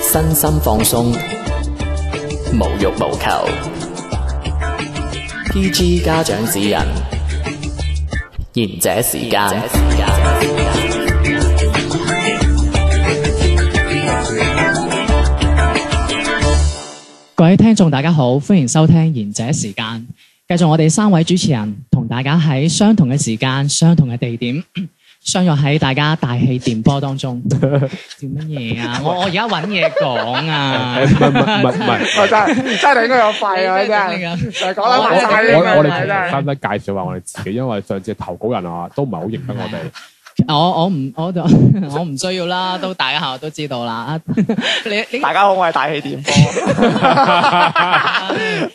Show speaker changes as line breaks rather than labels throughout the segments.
身心放鬆，無欲無求。PG 家長指引，賢者時間。
各位聽眾大家好，歡迎收聽賢者時間。繼續我哋三位主持人同大家喺相同嘅時間、相同嘅地點， 相約喺大家大氣電波當中。做乜嘢啊？我我而家揾嘢講啊！
唔係唔係唔係唔係，
我 真係真係應該有肺啊！真係講得埋晒
我我哋
呢
平時
真
使
係
唔使介紹下我哋自己？因為上次投稿人啊，都唔係好認得我哋。
我我唔我就 我唔需要啦，都大家下都知道啦。
À,
啊你你
大家好，啊我係大氣電波。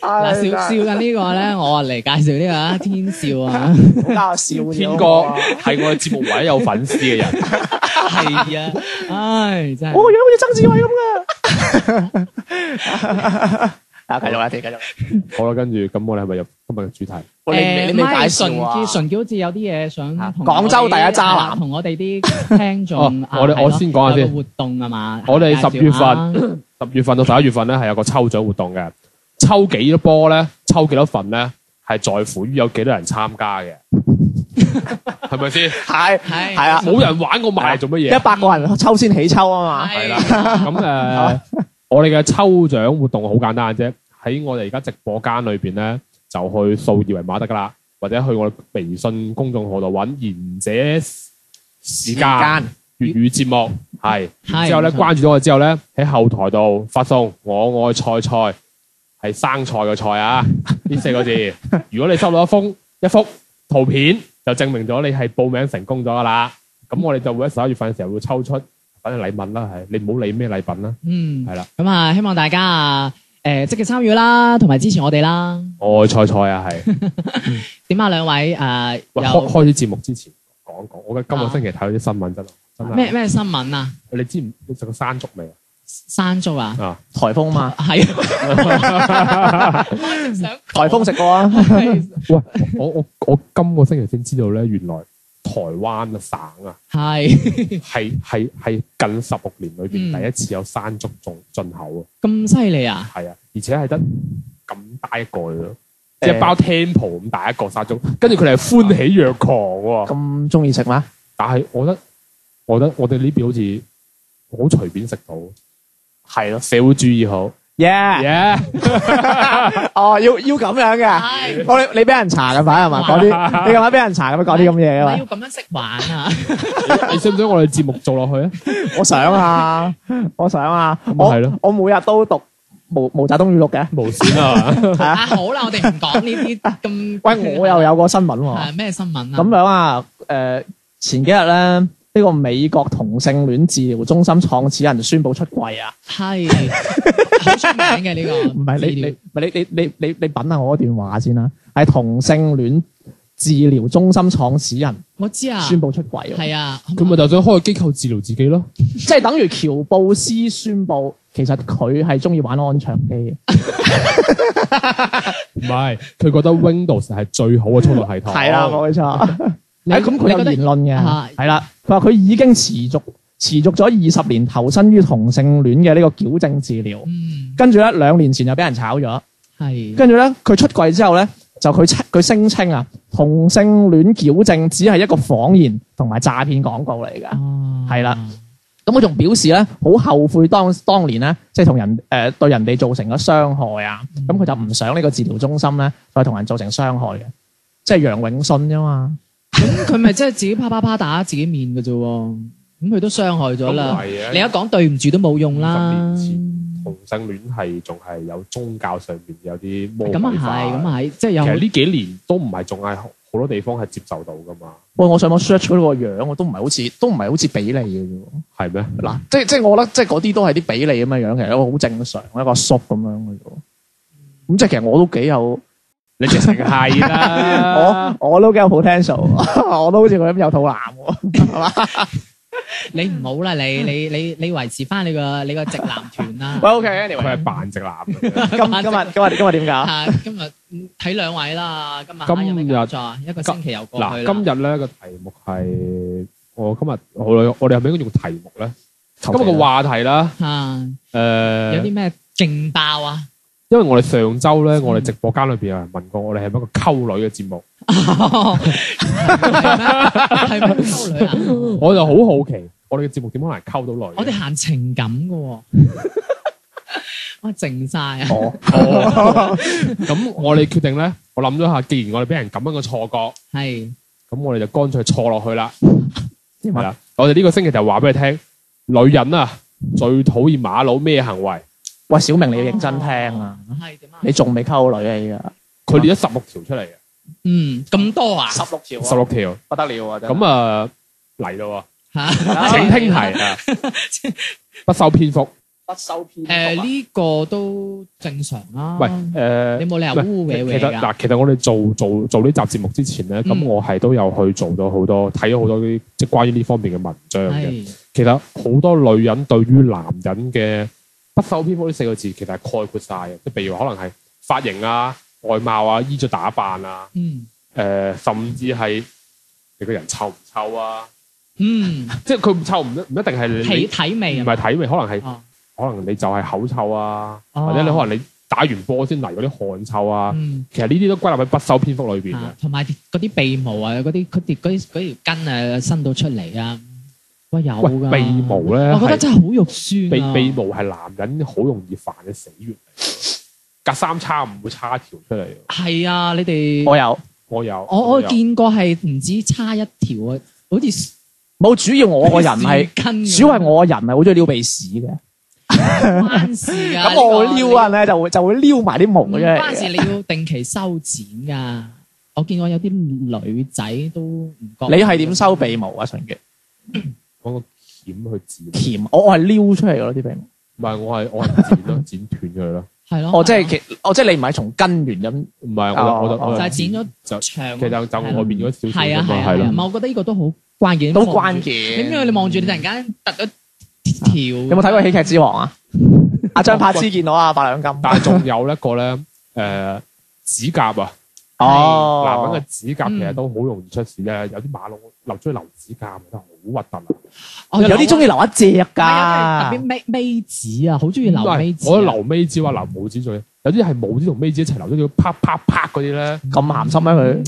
嗱
嗱
笑笑緊呢個咧，我嚟介紹呢個啊天笑
à.
啊，
加我笑
天
咗
哥
我啊。
係我哋節目唯一有粉絲嘅人，
係啊，唉真
我個
係
樣好似曾志偉咁噶。啊，繼續啦，繼續。
好啦，跟住咁我哋係咪入今日嘅主題？
我你你
誒
未介
咪
紹啊？
純純好似有啲嘢
啊
想同
廣州
我哋
第一
à,
渣男
啊同我哋啲聽眾
哦我哋
啊係
我
咯
先講
Ờ,
下
有個
先
活動
à
啊嘛，
我哋
介紹
10月份
下
十月份到十一月份咧係有個抽獎活動嘅，抽幾多波咧，抽幾多份咧，係在乎於有幾多人參加嘅，係咪先？
係
係
係啊，
冇人玩我賣做乜
一
嘢？
百個人抽先起抽啊嘛。
係
係
啦， 咁誒，我哋嘅抽獎活動好簡單啫，喺我哋而家直播間裏邊咧，就去掃二維碼得噶啦，或者去我哋微信公眾號度揾賢者時間粵語節目，係
係
之後咧
冇錯
關注咗我之後咧，喺後台度發送我愛菜菜係生菜嘅菜啊， 呢四個字。如果你收到一封一幅圖片，就證明咗你係報名成功咗噶啦。咁我哋就會喺十一月份嘅時候會抽出，反正禮物啦，係你唔好理咩禮品啦，
嗯
係啦，
咁啊，希望大家啊，誒積極參與啦，同埋支持我哋啦。
愛菜菜啊，係。
點啊，兩位誒
喂，開
有啊
開始節目之前講一講，我今個星期睇到啲新聞真係真
咩
係，
咩新聞啊？
你知唔你食過山竹未啊？
山竹 啊？
啊，
颱風嘛，
係想
颱風食過啊。
喂， 我我我今個星期先知道咧，原來台灣嘅省啊。
係
係係係近十六年裏
嗯
邊第一次有山竹進進口
咁犀利啊！
啊，係啊，而且係得咁大一個咯，即係包 temple 咁大一個山竹，跟住佢哋係歡喜若狂喎。
咁中意食咩？
但係我覺得，我覺得我哋呢邊好似好隨便食到，
係咯。
社會主義好，
Yeah。Ờ,
耶！
哦，要要咁樣嘅。
係啊
我你你俾人查嘅牌係嘛？講啲你近排俾人查咁樣講啲咁嘢
唔
啊嘛？
係要咁樣識玩啊！
你想唔想我哋節目做落去啊？
我想啊，我想啊，
咪
我
係咯
我每日都讀毛毛澤東語錄嘅。
無線啊嘛，
係啊
啊好啦，我哋唔講呢啲 咁。
喂，我又有個新聞喎。
係咩新聞啊？
咁樣啊，誒前幾日咧，呢個美國同性戀治療中心創始人宣布出櫃啊！
係好出名嘅呢個。
唔係你你唔係你你你你你品下我嗰段話先啦，係同性戀治療中心創始人
我知啊，
宣布出櫃喎，
係啊，
佢咪就想開個機構治療自己咯。
即係等於喬布斯宣布其實佢係中意玩安卓機嘅。
唔係，佢覺得 Windows 係最好嘅操作系統。
係啦，哦冇錯。
你
誒，咁佢有
你覺得
言論
啊
嘅，係啦。佢話佢已經持續持續咗二十年投身於同性戀嘅呢個矯正治療，
嗯
跟住咧兩年前就俾人炒咗，
係
跟住咧佢出櫃之後咧就佢稱佢聲稱啊，同性戀矯正只係一個謊言同埋詐騙廣告嚟㗎。
哦
係啦咁佢仲表示咧，好後悔當當年咧，即係同人誒、呃、對人哋造成咗傷害啊！咁佢就唔想呢個治療中心咧再同人造成傷害嘅，即係楊永信啫嘛。
佢咪即係自己啪啪啪打自己面嘅啫喎，咁佢都傷害咗啦。
咁唔係嘅
你一講對唔住都冇用
五
啦。
十
咁
年同性戀係仲係有宗教上面有啲魔
啊
鬼化
係，咁啊係，即係有
其實呢幾年都唔係仲係好多地方係接受到噶嘛，
喂，我上網 search 嗰個樣，我都唔係好似，都唔係好似比利嘅啫喎。
係咩？
嗱，即即我覺得即係嗰啲都係啲比利咁嘅樣，其實一個好正常一個叔咁樣嘅啫喎。咁即係其實我都幾有，
你直情 係啦，
我我都幾有 potential，我 都好似佢咁有肚腩喎。
你唔好啦，你你你你維持翻你個你個直男團啦。
喂，OK
佢係
anyway，
扮 直男。
今今日今日今日點㗎？
啊，今日嗯睇兩位啦，今日
今
今
日
日再一個星期又過去
嗱，
啦。
今日咧個題目係我今日我哋我哋係咪應該用題目咧？
求
今日
其
個
啦
話題啦，
啊，有
诶，
啲咩勁爆啊？
因為我哋上周咧，我哋直播間裏边有人問過我哋係咪一個溝女嘅節目，
係咩？係咩溝女啊？
我就好好奇，我哋嘅節目點可能溝到
我哋
女？
行情感嘅喎，哇靜晒啊！
哦，
哦咁我哋決定咧，我諗咗下，既然我哋俾人咁樣嘅錯覺。
係
咁我哋就乾脆錯落去啦。系
點啊
啦，我哋呢個星期就話俾你聽，女人啊最討厭馬佬咩行為？
喂，小明你
Ờ.
要認真聽啊！
係點啊？
你仲未溝女啊依家？
佢列
啊
咗十六條出嚟嘅，
嗯咁多啊？
六條
十六條。
不得了啊！
咁啊嚟咯
嚇
喎，請 聽題啊，不修邊幅。
哦
不收片
誒呢個都正常啊。
喂，诶
你，冇理由污
其
歪
實
歪㗎。
嗱，其實我哋做做做呢集節目之前咧，咁
嗯
我係都有去做咗好多睇咗好多啲即係關於呢方面嘅文章嘅。
係
其實好多女人對於男人嘅不修邊幅呢四個字，其實係概括晒嘅，即係譬如可能係髮型啊、外貌啊、衣着打扮啊，
嗯
誒、甚至係你個人臭唔臭啊，
嗯
即係佢唔臭唔一唔一定係
體
你
體味
你
啊
唔係體味，可能係、
哦
可能你就係口臭啊，
哦
或者你可能你打完波先嚟嗰啲汗臭啊，
嗯。
其實呢啲都歸納喺不修邊幅裏邊嘅
啊。同埋啲嗰啲鼻毛啊，嗰啲嗰啲嗰啲嗰條筋啊，伸到出嚟啊，喂有
喂，
㗎。
鼻毛咧
我覺得
係
真係好肉酸
鼻
啊！
鼻毛係男人好容易犯嘅死穴嚟嘅，隔三差五會差一條出嚟嘅。
係啊，你哋
我有
我有，
我我
有
見過係唔止差一條啊，好似
冇？主要我個人係，
跟
主要係我個人係好中意撩鼻屎嘅。
關事啊！
咁我
呢個
撩人咧就會就會撩埋啲毛
唔
出嚟
關事，
嘅。
你要定期修剪㗎。我見過有啲女仔都唔覺。
你係點收鼻毛啊？純潔
攞個鉗去剪，
鉗，我我係撩出嚟嘅咯啲鼻毛。
唔係我係我係剪 咯，剪斷佢咯，
係咯？
我即係
係
其，哦我即係你唔係從根源咁。
唔係我就我就
哦
我
咯
就
就係剪咗
就
長。
其實就就
係咯
外邊嗰少少
係
咁
啊係
咯，
啊
係
係啊，唔
咯。
係我覺得呢個都好關鍵，
都關
你
鍵。
知唔知你望住你突然間突咗條，
有冇睇過《喜劇之王》啊？阿張柏芝見到啊，八兩金。
但係仲有一個咧，誒指甲啊，
哦，
男人嘅指甲其實
嗯
都好容易出事咧，有啲馬佬留出去留指甲，真係好核突啊！
哦
有啲中意
啊
留一隻
係啊特
㗎
別。尾尾指啊，好中意留尾
係
指啊。
我留尾指話留拇指最，有啲係拇指同尾指一齊留咗，要啪啪啪嗰啲咧，
咁鹹心咩佢？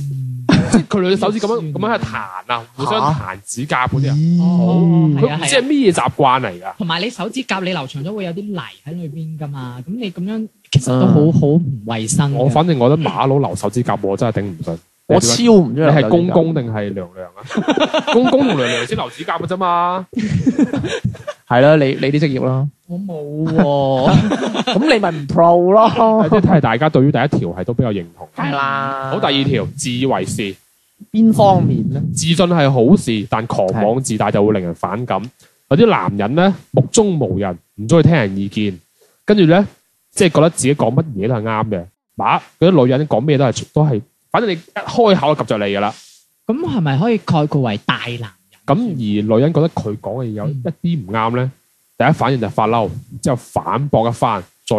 即係佢兩隻手指咁樣咁樣喺度彈啊，互相彈指甲嗰啲啊，
哦，係
佢
啊
唔知
係
係
啊。
咩習慣嚟㗎。
同埋你手指甲你留長咗會有啲泥喺裏邊㗎嘛，咁你咁樣其實都好好唔衞生
我
嘅。
反正我覺得馬佬留手指甲我真係頂唔順。
我超唔中意
你
留
係公
指甲。
公定係娘娘啊？ 公公同娘娘先留指甲嘅啫啊嘛。
係啦，你你啲職業啦。
我冇喎，
咁你咪唔 pro 咯
即。係睇下大家對於第一條係都比較認同。
係啦。
好，第二條自以為是，
邊方面咧？
自信係好事，但狂妄自大就會令人反感。有啲男人咧目中無人，唔中意聽人意見，跟住咧即係覺得自己講乜嘢都係啱嘅。嗱，嗰啲女人講咩都係都係，反正你一開口就及着你㗎啦。
咁係咪可以概括為大男人？
咁而女人覺得佢講嘅嘢有一
嗯
啲唔啱咧，第一反應就係發嬲，之後反駁一番，再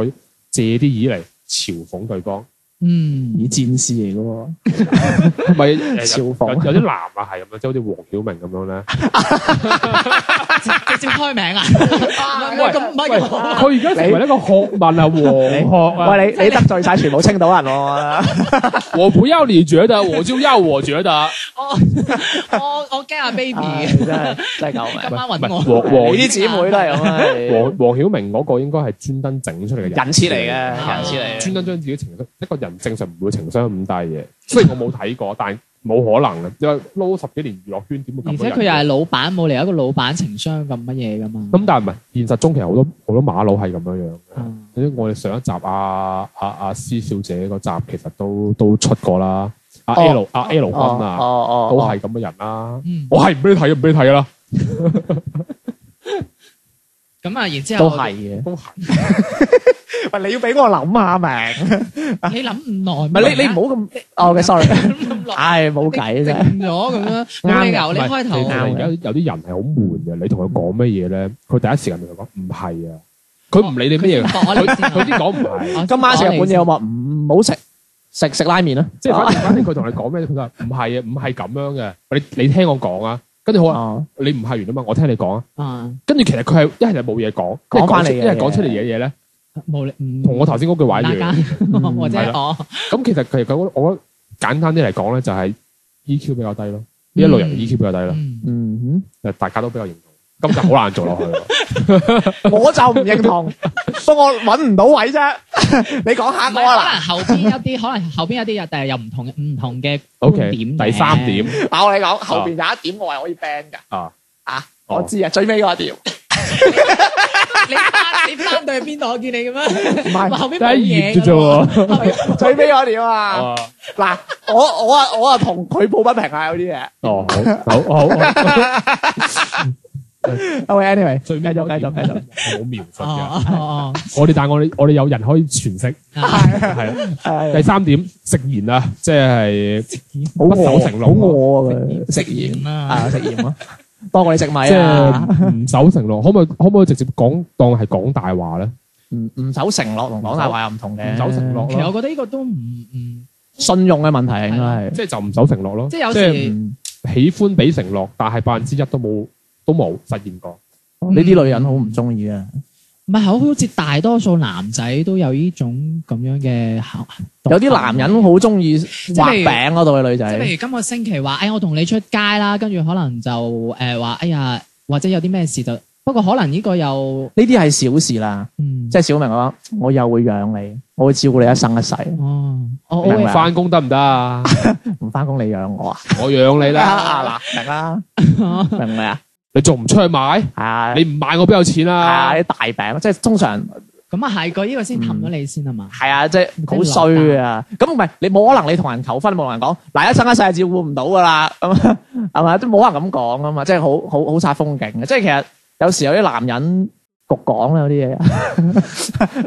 借啲意嚟嘲諷對方。
嗯，
以戰士嚟嘅喎。
唔係誒
笑
有
諷
有有啲男啊係咁樣，即係好似黃曉明咁樣咧。
直接開名啊！唔
喂
係咁，唔係咁
佢而家成為一個學問啊，黃學啊。
喂，你你得罪晒全部青島人喎。
我不要你覺得，我就要我覺得。
我我驚阿 baby
唉真係真係救
今
命！
晚
唔係
揾
黃
我。
黃
你啲姊妹都係咁啊你
黃黃曉明嗰個應該係專登整出嚟嘅
人設嚟嘅，
係
人設嚟
專
嘅。
登將自己情商，一個人正常唔會情商咁低嘅。雖然我冇睇過，但係冇可能嘅。因為撈十幾年娛樂圈點會
而
咁多
且
人
佢又係老闆，冇理由一個老闆情商咁乜嘢噶嘛。
咁但係唔係現實中其實好多好多馬佬係咁樣樣嘅。
嗯
即係我哋上一集啊啊啊施小姐嗰集其實都都出過啦。阿
哦
L 阿 L 君
哦哦
啊，
哦，
都係咁嘅人啦。
嗯，
我係唔俾你睇，唔俾你睇㗎啦。
咁啊，然之
都
後
係嘅。
都 係
喂，你要俾我諗下明？
你諗唔耐，
唔
唔
係你你唔好咁。哦 嘅，sorry。
咁耐，
唉，冇計啫。
定咗咁樣，冇理由你開
唔係
頭
而家有啲人係好悶嘅，你同佢講乜嘢咧，佢第一時間就講唔係啊，佢唔理你乜嘢，
我
佢
你先
佢先講唔 係，
我
今晚食日
我
本
嚟
嘢好嘛？唔好食食食拉麵啦。
即係反正反正佢同你講咩，佢就話唔係啊，唔係咁樣嘅，你你聽我講啊，跟住好
嗯
啊，
哦，
你唔係完啊嘛，我聽你講啊。
啊，
跟住其實佢係一係就冇嘢講，
講返
一
你嘅
係
嘢
講出嚟嘅嘢咧，
冇力唔
同我頭先嗰句話一
大
樣。
家 或者
係
我
咁其實佢佢我我覺得簡單啲嚟講咧，就係 EQ 比較低咯，呢一類人嘅 EQ 比較低啦，
嗯
嗯
就大家都比較認同。咁就好難做落 去咯。
哼，我就 唔認同，不過我揾唔到位啫。 你講下
唔
我
係可
啊
能後邊一啲，可能後邊一啲又但係又唔同唔同嘅
O
觀
K，
點嘅
第三點
嗱，嗱我你講後邊有一點我係可以 ban 噶。
啊，
啊，
哦
我知啊，最尾嗰 一點
你翻你翻到去邊度？我見你咁樣，
唔係
後邊
第一
冇嘢
頁
㗎
啫啫
喎。
喎。
最尾嗰一點啊。
啊
嗱，我我啊我啊同佢抱不平啊，有啲嘢。
哦，好好 好，
OK，anyway，
最尾
繼續繼續繼續。
續，冇描述嘅。
哦哦
我哋但係我哋我哋有人可以詮釋，
哦啊，
係啊。第
係
三點食言啊，即係
好
不守承諾
餓，好餓啊佢食
鹽啊，
啊食鹽啊，多過你食米
即
啊。
係唔守承諾，可唔可以可唔可以直接講當係講大話咧？
唔唔守承諾同講大話又唔同嘅，
唔守承諾
其實我
咯，
覺得呢個都唔唔，
信用嘅問題應該係
即係就唔守承諾咯。
即係有
係
時
嗯
喜歡俾承諾，但係百分之一都冇都冇實現過。
呢啲女人好唔中意啊！
唔係好好似大多數男仔都有呢種咁樣嘅行動
有啲男人好中意畫餅嗰度嘅女
嗯即係譬
仔，
如今個星期話，哎，我同你出街啦，跟住可能就誒話，哎呀，或者有啲咩事就，不過可能呢個又
呢啲係小事啦。
嗯，
即係小明講，我又會養你，我會照顧你一生一世，
哦，我我
明白
會
翻工得唔得 啊？
唔翻工你養我 啊？
我養你啦，
啊嗱，明啦，明唔明啊？
你仲唔出去買？
係啊，
你唔買我邊有錢
係啊
啊？
啲大餅，即係通常
咁啊係個呢個先氹咗你先啊嘛，
係啊，即係好衰啊！咁唔係你冇可能你同人求婚，冇同人講嗱一生一世照顧唔到噶啦，咁啊係咪？都冇可能咁講啊嘛，即係好好好煞風景嘅。即係其實有時有啲男人焗講啦，有啲嘢
喂，但係
係嗯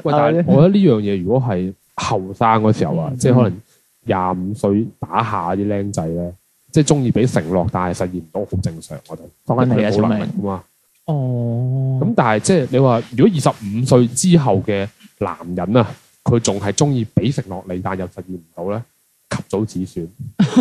我覺得呢樣嘢，如果係後生嗰時候啊，即係可能廿五歲打下啲僆仔咧，即係中意俾承諾，但係實現唔到，好正常。我覺得
講緊你
因
啊，
為佢
小
冇能力
明。
啊嘛。
哦，
咁但係即係你話，如果二十五歲之後嘅男人啊，佢仲係中意俾承諾你，但又實現唔到咧，及早止 損。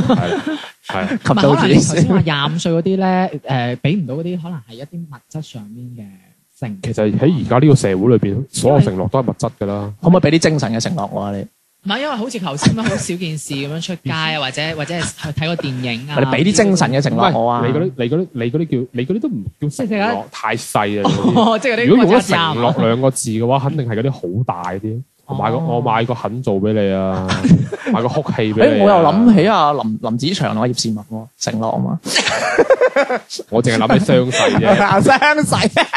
係啦係啦
及
唔係
到
可
自
能你頭先話
己，
廿五歲嗰啲咧， 誒俾唔到嗰啲，可能係一啲物質上面嘅成
其實喺而家呢個社會裏邊，所有承諾都係物質㗎啦。
可唔可以俾啲精神嘅承諾我啊？你
唔係因為好似頭先咁，好少件事咁樣出街啊，或者或者係去睇個電 影啊，
你俾啲精神嘅承諾我啊
喂！你嗰啲你嗰啲你嗰啲叫你嗰啲都唔叫承
即係而
諾，太細啊！你嗰啲
哦，即 係嗰啲
如果用咗
國
承
家啊
諾兩個字嘅話，肯定係嗰啲好大啲。我買個
哦
我買個肯做俾你啊，買個哭氣俾
誒，
你。啊
哎我又諗起，阿林林子祥同阿葉倩文喎，承諾啊嘛，
我淨係諗起傷勢 啫。
阿生仔，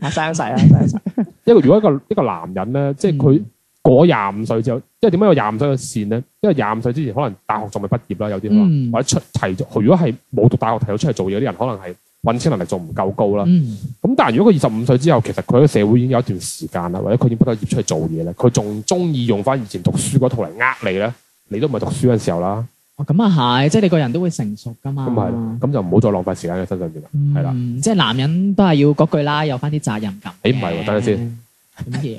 阿生仔，阿生仔，
一個如果一個一個男人咧，即係佢過廿五歲之後，因為點解有廿五歲嘅線咧？因為廿五歲之前可能大學仲未畢業啦，有啲可能
嗯
或者出提早，如果係冇讀大學提早出嚟做嘢嗰啲人，可能係揾錢能力仲唔夠高啦。
嗯，
咁但係如果佢二十五歲之後，其實佢喺社會已經有一段時間啦，或者佢已經畢咗業出去做嘢咧，佢仲中意用翻以前讀書嗰套嚟呃你咧，你都唔係讀書嗰陣時候啦，
哦咁啊係，即係你個人都會成熟噶嘛，
咁咪係咯，咁就唔好再浪費時間喺身上邊啦，係啦，
嗯，即係男人都係要嗰句啦，有翻啲責任感嘅。
誒唔係喎等陣先
乜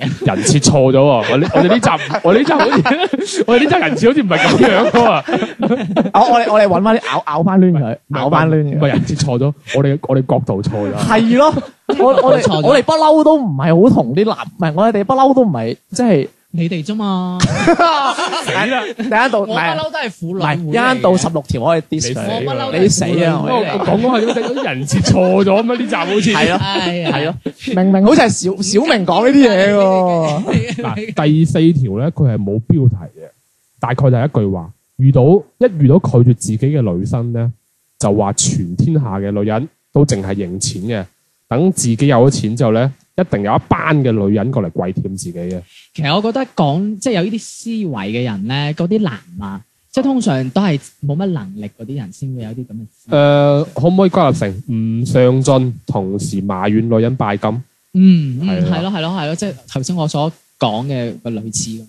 嘢？
人設錯咗喎，我呢我哋呢集我哋呢集好似我哋呢集人設好似唔係咁樣嘅喎，
我我哋我哋揾翻啲咬咬翻攣
唔
佢，
係
咬翻攣
唔
佢
係。人設錯咗，我哋我哋角度錯咗，
係咯，我我
冇錯
哋我哋不嬲都唔係好同啲男，唔係我哋不嬲都唔係即係
你哋啫嘛，
死啦！
第一度
我
唔
不
係
嬲都係婦
唔
女
係一
會嚟嘅
間到十六條可以 diss
你死
佢，
啦
你死啊
我
我
係
講講下點解人設錯咗咁樣呢集好似
係咯
係啊
係咯，明明好似係小小明講呢啲嘢喎，
嗱，第四條咧，佢係冇標題嘅，大概就係一句話：遇到一遇到拒絕自己嘅女生咧，就話全天下嘅女人都淨係認錢嘅，等自己有咗錢之後咧，一定有一班嘅女人過嚟跪舔自己嘅。
其實我覺得講即係有呢啲思維嘅人咧，嗰啲男啊，即係通常都係冇乜能力嗰啲人先會有啲咁嘅思
誒、呃可唔可以歸納成唔上進，同時埋怨女人拜金？
嗯，嗯
係啦
係咯係咯係咯，即係頭先我所講嘅個類似咁樣。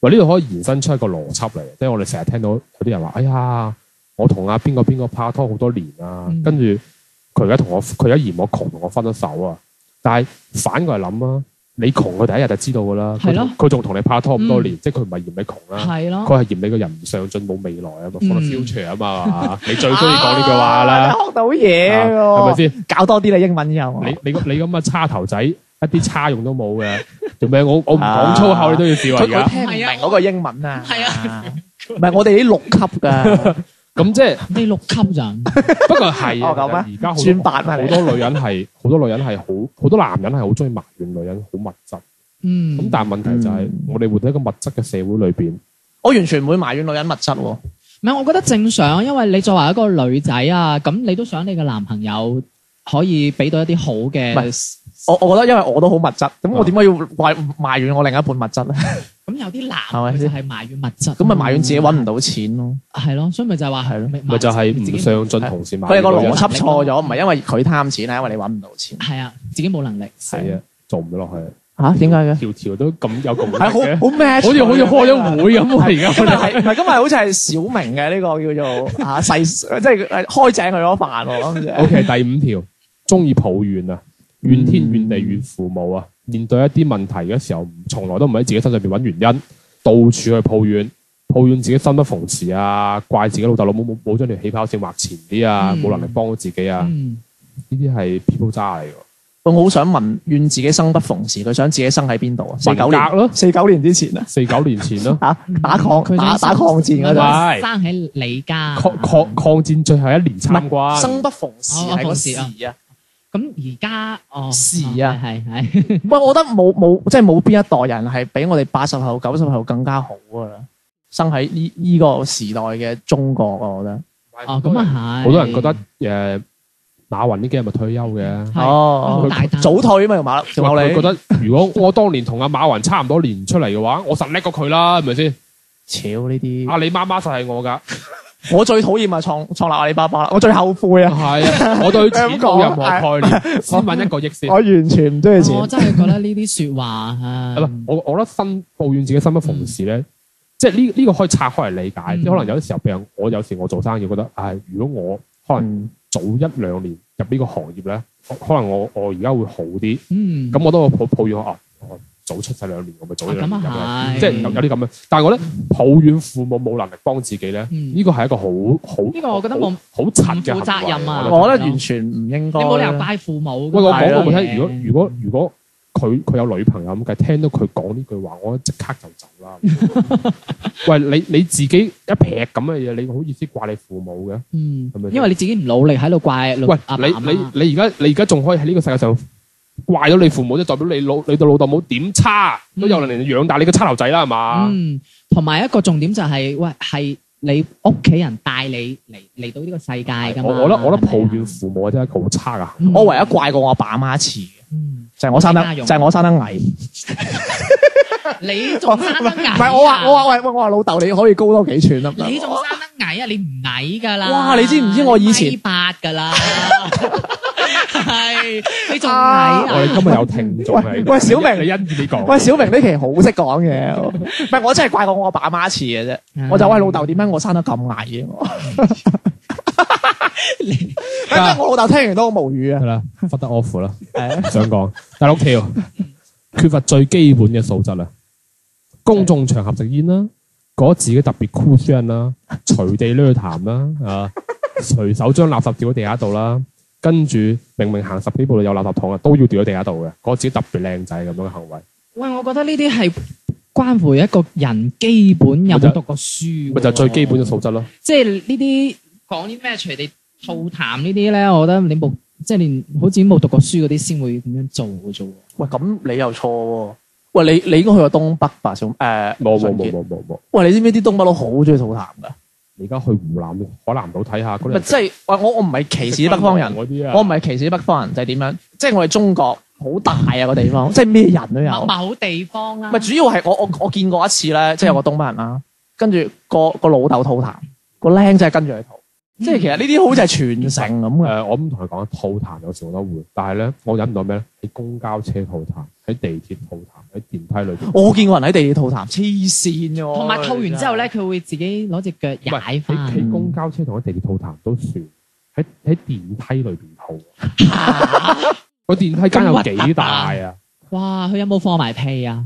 喂，呢度可以延伸出一個邏輯嚟，即係我哋成日聽到有啲人話：哎呀，我同阿邊個邊個拍拖好多年啊，
嗯
跟住佢而家同我，佢而家嫌我窮，同我分咗手啊。但係反過嚟諗啊，你窮，佢第一日就知道噶啦。佢
係咯
同佢仲同你拍拖咁多
嗯
年，即係佢唔係嫌你窮
嗯
啦，
係咯，
佢係嫌你個人唔上進冇未來啊嘛，for the
嗯
future 啊嘛係嘛，你最中意講呢句話啦，
學到嘢
啊係咪
喎，
先？
搞多啲啦英文之後。
你你你咁嘅叉頭仔，一啲叉用都冇嘅，做咩？我我唔講粗口，你都要笑啊！
佢
而家
佢聽唔明嗰個英文啊，
係
啊， 唔係我哋啲六級 㗎，
咁即係，
你六級 咋？
不過係
哦咁
啊
啊
而家好
算
多
八啦
好
你。
多女人係好多女人係好好多男人係好中意埋怨女人好物質。
嗯，
咁但係問題就係
嗯
我哋活喺一個物質嘅社會裏邊，
我完全唔會埋怨女人物質喎，
唔係，我覺得正常，因為你作為一個女仔啊，咁你都想你嘅男朋友可以俾到一啲好嘅
唔，我我覺得因為我都好物質，
哦
咁我點解要怪埋怨我另一半物質咧？
咁有啲男
係咪
佢
先
就係埋怨物質，
咁咪埋怨自己揾唔到錢咯。
嗯
係咯，所以咪就係話
係咯
咪
咪就係唔
自己
上進同時埋
佢係
怨
個
女
邏
人
輯錯咗，唔係因為佢貪錢，係啊因為你揾唔到錢。
係啊，自己冇能力，
死啊，做唔到落去，
嚇點解嘅？
條條都咁有共鳴
係好
嘅，
好 match，
啊好似好似開咗會咁喎。而家
今日
我哋
係唔係今日好似係小明嘅呢個叫做啊細，即係誒開正佢嗰飯喎咁就
O K 第五條，中意抱怨啊，怨天怨地怨父母啊，面對一啲問題嘅時候，從來都唔喺自己身上邊揾原因，到處去抱怨。抱怨自己生不逢時啊，怪自己老豆老母冇冇將條起跑線畫前啲啊，
嗯
冇能力幫到自己啊，
嗯，
呢啲係 people 渣嚟㗎。
我好想問，怨自己生不逢時，佢想自己生喺邊度啊？四九
文
年
革咯
四九年之前啊，，
四九年前咯
嚇打抗
佢
打
想
打抗戰嗰陣，
係
生喺你家，
抗抗抗戰最後一年參軍，
啊生不逢時係個時啊。
咁而家哦，
時啊
係係係
喂，我覺得冇冇即係冇邊一代人係比我哋八十後、九十後更加好啊噶啦。生喺呢呢個時代嘅中國，啊我覺得
哦，咁啊係，
好多人覺得誒馬雲呢幾日咪退休嘅，
係
哦
好大膽
早退啊嘛，馬馬
佢
你
覺得如果我當年同阿馬雲差唔多年出嚟嘅話，我實叻過佢啦，係咪先？
超呢啲，
阿里媽媽實係我㗎，
我最討厭啊創創立阿里巴巴啦，我最後悔啊，
係 啊，我對錢
你咁講
冇任何概念，先揾一個億先
我。完全唔中意
我
錢。
真係覺得呢啲説話啊，
唔係，我我覺得生抱怨自己生不逢時咧，即係呢呢個可以拆開嚟理解，
嗯
即係可能有啲時候，譬如我有時我做生意，覺得唉，如果我可能
嗯
早一兩年入呢個行業咧，可可能我我而家會好啲。
嗯，
咁我都抱抱怨我啊，我早出世兩年，我咪早
啊
咗兩
咁
年
啊
咁樣，
係，
即係有有啲咁樣。但係我咧抱怨父母冇能力幫自己咧，
嗯
呢個係一個好好
呢個我覺得冇
好柒嘅
唔負責
行為
任啊
我覺得
我覺得完全唔應該。
你冇理由怪父母㗎
喂，
嘛。
我講
係啊
到佢聽，如果如果如果佢佢有女朋友咁計，聽到佢講呢句話，我即刻就走啦。喂，你你自己一劈咁嘅嘢，你好意思怪你父母嘅？
嗯
係咪，
因為你自己唔努力喺度怪老
喂
阿，爸阿
你
媽
你你而家你而家仲可以喺呢個世界上怪咗你父母，即係代表你老你對老豆冇點差，都有能力養大你個差頭仔啦，係嘛？
嗯，同埋一個重點就係、喂，係你屋企人帶你嚟嚟到呢個世界㗎嘛。
我我覺得我覺得抱怨
嗯係
父母真係一個好差嘅行為。
咪啊，
我唯一怪過我阿爸阿媽一次，
嗯
就係我生得
家
就
用
係我生得矮。
你仲生得矮、啊？
唔係我話我話喂喂我話老豆你可以高多幾寸啊！
你仲生得矮啊？你唔矮㗎啦。
哇你知唔知我以前
你米八 㗎啦？係你仲矮啊？
我哋今日有聽眾係
喂喂小明
你因住你講，
喂，小明呢期好識講嘢， 唔係我真係怪過我阿爸阿媽一次嘅啫。
嗯
我就喂老豆，點解我生得咁 矮嘅？ 我
啊
我老豆聽完都好無語啊
係！啦，忽得 off 啦，想講第六條，缺乏最基本嘅素質啊！公眾場合食煙啦，覺得自己特別 cool 啦，隨地攣痰啦，啊，隨手將垃圾掉喺地下度啦，跟住明明行十幾步路有垃圾桶啊，都要掉喺地下度嘅，覺得自己特別靚仔咁樣嘅行為，
喂，我覺得呢啲係關乎一個人基本
咪
有
就
冇讀過書喎，
咪就係最基本嘅素質咯。
即係呢啲講啲咩隨地吐痰呢啲咧，我覺得你冇即係連好似冇讀過書嗰啲先會咁樣做嘅啫喎。
喂，咁你又錯喎！喂，你你應該去過東北吧？小誒
冇冇
純
冇
潔
冇冇冇，
喂，你知唔知啲東北佬好中意吐痰㗎？
你而家去湖南海南島睇下嗰啲
咪
人
即係喂我我唔係歧視北方人，
嗰啲啊，
我唔係歧視北方人，就係點樣？即係我哋中國好大啊個地 方，即係咩人都有
某。某地方啊啦，
咪主要係我我我見過一次咧，即係有個東北人啦，跟住個個老豆吐痰，個僆仔係跟住佢吐，即係其實呢啲好似係全城咁
誒、
嘅。
我咁同佢講，吐痰有時我都會，但係咧，我忍唔到咩咧？喺公交車吐痰，喺地鐵吐痰，喺電梯裏邊，
我見過人喺地鐵吐痰，黐線嘅喎。
同埋吐完之後咧，，佢會自己攞只腳踩
喺
翻。
喺公交車同喺地鐵吐痰都算，喺喺電梯裏邊吐。個電梯間有幾大啊？
哇！佢有冇放埋屁啊？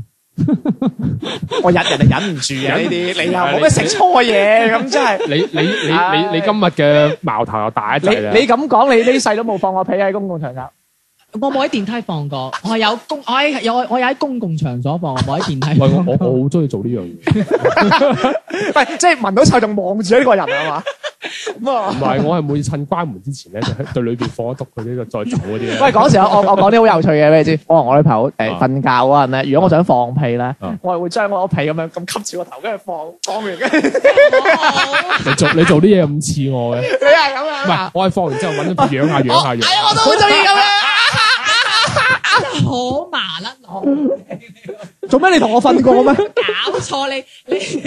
我忍人哋忍唔住啊！呢 啲你又冇咩食錯嘢，咁 真係
你你你
唉
你你今日嘅矛頭又大一啊滯啦
你你咁講，你呢世都冇放過屁喺公共場合。
我冇喺電梯放過，我係有公，我喺有我有喺公共場所放，我冇喺電梯
喂，我
放。
我我好中意做呢樣嘢，
喂，即係聞到臭仲望住呢個人係 嘛？咁
唔
啊，
係我係每次趁關門之前咧，就喺對裏邊放一篤佢呢度再走嗰啲咧。
喂，嗰時我我我講啲好有趣嘅俾你知。我同我女朋
啊
友誒瞓覺嗰陣咧，如果我想放屁咧
啊，
我係會將我個屁咁樣咁吸住個頭，跟住放放完，跟住
你做你做啲嘢咁似我嘅，
你係咁
唔
樣
係
啊。
我係放完之後揾佢養下養下
係啊，我
養
都好中意咁樣。
好麻甩佬，
做咩你同我瞓過咩？
搞錯你你咁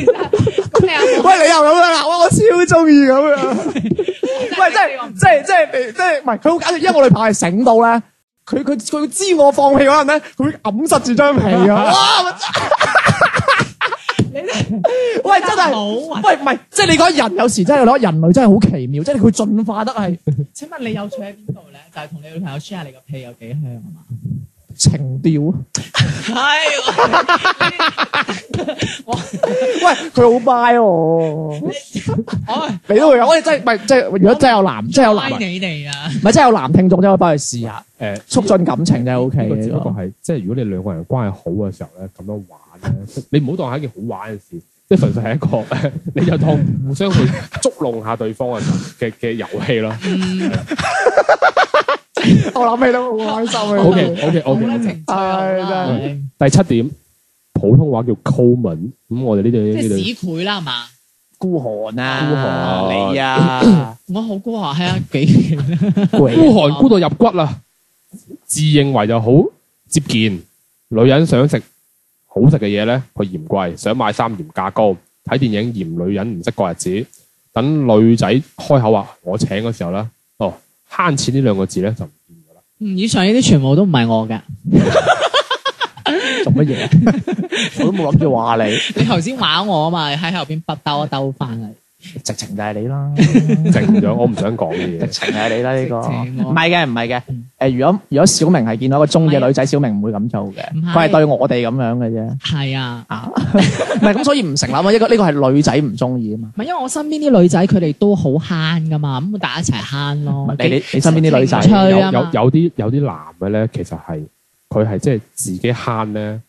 你有冇？
喂，你又咁樣啦，哇！我超中意咁樣。 喂，即係即係即係你即係唔係佢好搞笑，因為我女朋友係醒到咧，佢佢佢知我放屁嗰陣咧，佢會揞實住張被啊！ 哇！我 真喂，真係
好核突
喂，唔係，即係你講人有時真係攞人類真係好奇妙，即係佢進化得係
請問你有趣喺邊度咧？就係同你女朋友 share 你個屁有幾香啊嘛？
情調啊！
係，
喂，佢好 buy 我，
我
你都會有，我哋真係唔係即係如果真係有男，真係有男，
拉
唔
你哋啊！
係真係有男聽眾真係可以翻去試下，
誒，
促進感情真係 OK
呃呢個只不過
嘅。
係即係如果你兩個人關係好嘅時候咧，咁樣 玩咧，即係你唔好當係一件好玩嘅事，即係純粹係一個 你就當互相去捉弄下對方嘅啊 嘅嘅遊戲 咯。
我諗起都好開心啊
O K O K O
好啦，情
K，
趣啊好啦
唉，
第七點普通話叫 common，咁我哋呢度
即
呢
係
度
市儈啦，係嘛？
孤寒
啊
孤寒
你
啊，
我好孤寒，係啊，幾
孤寒孤到入骨啦，自認為就好接見。女人想食好食嘅嘢咧，佢嫌貴；想買衫嫌價高；睇電影嫌女人唔識過日子。等女仔開口話我請嘅時候咧，哦慳錢呢兩個字咧就唔見咗啦。
嗯，以上呢啲全部都唔係我嘅。
做乜嘢？ 我都冇諗住話你，
你頭先話我啊嘛，喺後邊不兜一兜翻嚟。
直情就係你啦，
靜咗，我唔想講嘅
直
嘢。
情係你啦呢個。
直情我
唔係嘅，唔係嘅。誒，如果如果小明係見到一個中嘅女仔，小明唔會咁做嘅
唔，係
佢係對我哋咁樣嘅啫。
係啊，
啊，唔係咁，所以唔成立啊！一個呢個係女仔唔中意啊嘛。
唔係因為我身邊啲女仔佢哋都好慳噶嘛，咁大家一齊慳咯。
你你你身邊啲女仔
情趣
有
啊
有
嘛
有啲有啲男嘅咧，其實係佢係即係自己慳咧，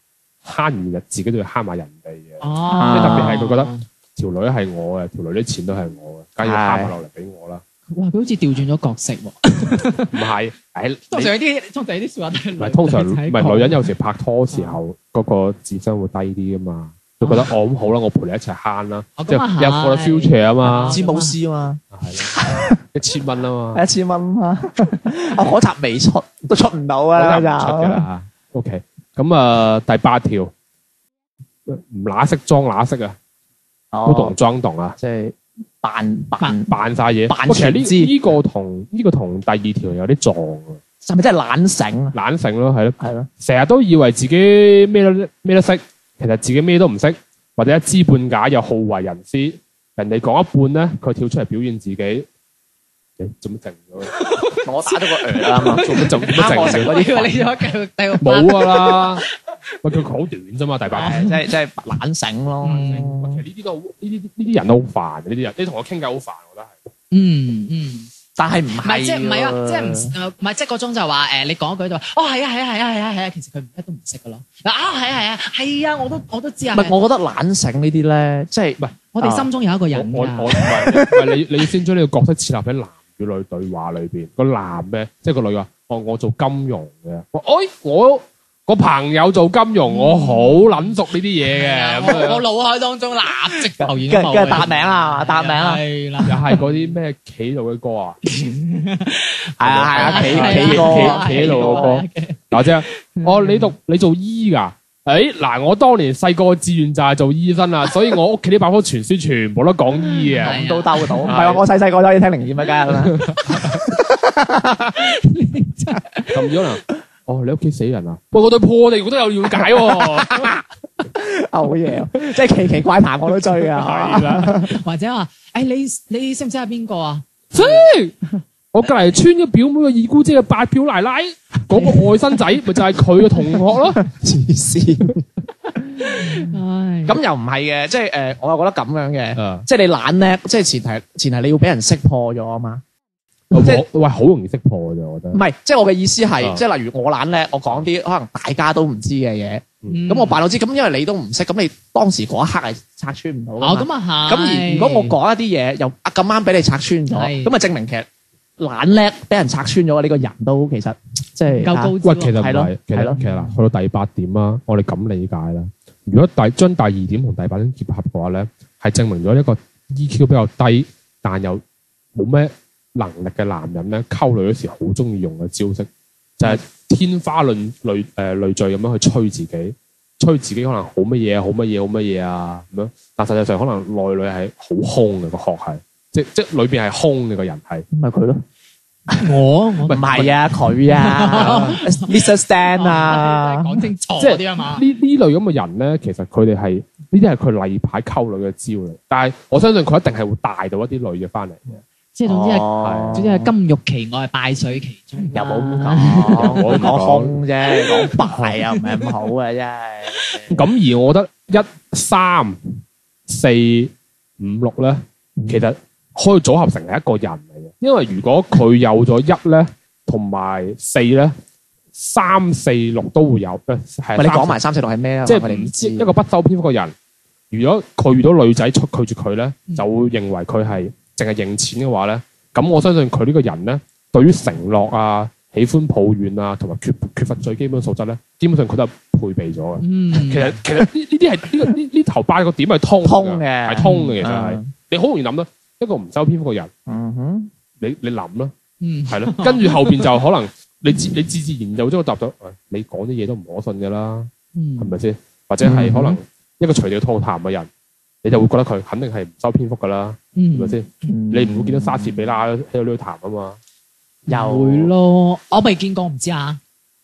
慳完就自己都要慳埋人哋嘅。
哦，
即係特別
係佢覺得條女係我嘅，條女啲錢都係我嘅，梗係要慳埋落嚟俾我啦。
哇，佢好似調轉咗角色喎。
唔係，誒，
通
你
常啲通常啲笑話都係
唔
女
係通常唔
仔
係
講
女人有時拍拖時候嗰個智商會低啲噶嘛，佢覺得哦咁好啦，我陪你一齊慳啦，
哦咁
即係
啊係
有 for the future 啊嘛，
詹姆斯啊
係啦，一千蚊啊嘛，
嘛，一千蚊啊！我嗰集未出，都出唔到
我
啊！
真係
嗰集
唔出㗎啦。OK，咁啊第八條唔乸識裝乸識啊，
哦
不懂裝懂啊，
即係扮扮，
扮晒嘢。
扮
不過其實呢
全知
呢個同呢個同第二條有啲撞啊，
係咪真係懶醒啊？
懶性咯，係咯。
係咯。
成日都以為自己咩都咩都識，其實自己咩都唔識，或者一知半解又好為人師。人哋講一半咧，佢跳出嚟表現自己。 你做乜靜咗？
我打咗 個鵝啦嘛，
做乜做乜靜咗？
我以為你咗繼續繼續
冇㗎啦！喂，佢好短啫嘛，第八題。
即係即係懶醒咯。
喂其實呢啲都好呢啲呢啲人都好煩，呢啲人你同我傾偈好煩，我覺得係。
嗯嗯。
但係唔
唔係
係
即係唔係
喎
啊，即係唔唔係即係嗰種就話誒，你講一句就話哦係啊係啊係啊係啊係啊，其實佢乜都唔識噶咯。啊係啊係啊係啊，我都我都知啊。
唔係？我覺得懶醒呢啲咧，即係
我哋心中有一個
我
人
我
㗎
我唔係唔係你你先將呢個角色設立喺男與女對話裏邊。個男咧，即係個女話：哦，我做金融嘅。我哎，我個朋友做金融，我好撚熟呢啲嘢
係啊
嘅。咁
我
樣
我腦海當中立即浮現
跟
咗
跟住
某
答
個
名啦，答名啦，
係啦，
又係嗰啲咩企度嘅歌啊，
係啊係啊，企
係啊
企
係啊
個
企企度嘅
係啊
歌。嗱，即係哦，你讀你做醫㗎？誒嗱，我當年細個嘅志願就係做醫 生啦，所以我屋企啲百科全書全部都講醫嘅。
係啊
咁都兜到，唔係喎我細細個都可以聽靈驗啊，梗係啦，
咁可能哦，你屋企死人啊？喂，我對破地我都有了解喎。
好嘢喎，即係奇奇怪談我都追啊，
啦。
或者話誒你你識唔識係邊個啊？
即係 我隔離村嘅表妹嘅二姑姐嘅八表奶奶嗰個外甥仔，咪就係佢嘅同學咯。
黐線。
唉，
咁又唔係嘅，即係诶、呃我又覺得咁樣嘅，
啊，
即係你懶叻，即係前提前提你要俾人識破咗啊嘛。
我
即係
喂，好容易識破嘅啫，我覺
唔
得。
係，即係我嘅意思係，
啊
即係例如我懶叻，我講啲可能大家都唔知嘅嘢，
嗯
咁我扮到知，咁因為你都唔識，咁你當時嗰一刻係拆穿唔到㗎嘛。
哦，咁啊係。
咁而如果我講一啲嘢又啊咁啱俾你拆穿咗，
係
咁啊證明其實懶叻俾人拆穿咗，呢個人都其實即係
唔夠高
啊
招
喂，
啊。
其實唔
係咯
係，其
係
實
咯
其實嗱，去到第八點啦，我哋咁理解啦。如果第將第二點同第八點結合嘅話咧，係證明咗一個 EQ 比較低，但又冇咩能力嘅男人咧，溝女嗰時好中意用嘅招式，就係、天花亂累誒累聚咁樣去吹自己，吹自己可能好乜嘢，好乜嘢，好乜嘢啊咁樣。但實際上可能內裏係好空嘅個殼係，即即裏邊係空嘅個人係。
咪 佢咯，
我我
唔係啊佢 啊，Mr. Stan 啊，
講清楚
即係
啲啊嘛。
呢呢類咁嘅人咧，其實佢哋係呢啲係佢例牌溝女嘅招嚟，但係我相信佢一定係會帶到一啲女嘅翻嚟嘅。
即係總之係，
哦
總之係金玉其外，敗絮其中。
又冇咁
啊
講，
我
我
唔講
講空啫，講敗啊，唔係咁好啊，真係。
咁而我覺得一三四五六咧，
嗯
其實可以組合成係一個人嚟嘅，因為如果佢有咗一咧，同埋四咧，三四六都會有。誒係
喂，你
三
講埋三四六係咩啊？嗯
即
我哋
係
唔
唔
知
知一個不修邊幅嘅人，如果佢遇到女仔出拒絕佢咧，就會認為佢係淨係認錢嘅話咧，咁我相信佢呢個人咧，對於承諾啊、喜歡抱怨啊，同埋缺缺乏最基本素質咧，基本上佢都係配備咗嘅。
嗯，
其實其 實呢呢啲係呢個呢呢頭八個點係通㗎
通嘅，
係通
Ờ.
嘅，其實係
嗯
你好容易諗到一個唔修邊幅嘅人，
嗯哼，
你你諗啦，
嗯
係咯，跟住後邊就可能你自你自自然就將個答咗，喂你講啲嘢都唔可信㗎啦。
嗯
係咪先？或者係可
嗯
能一個除掉吐痰嘅人，你就會覺得佢肯定係唔收篇幅㗎啦，係
嗯
咪先？你
你
唔會見到莎士比亞喺度撩痰啊嘛，
又
會咯，我未見過，唔知啊。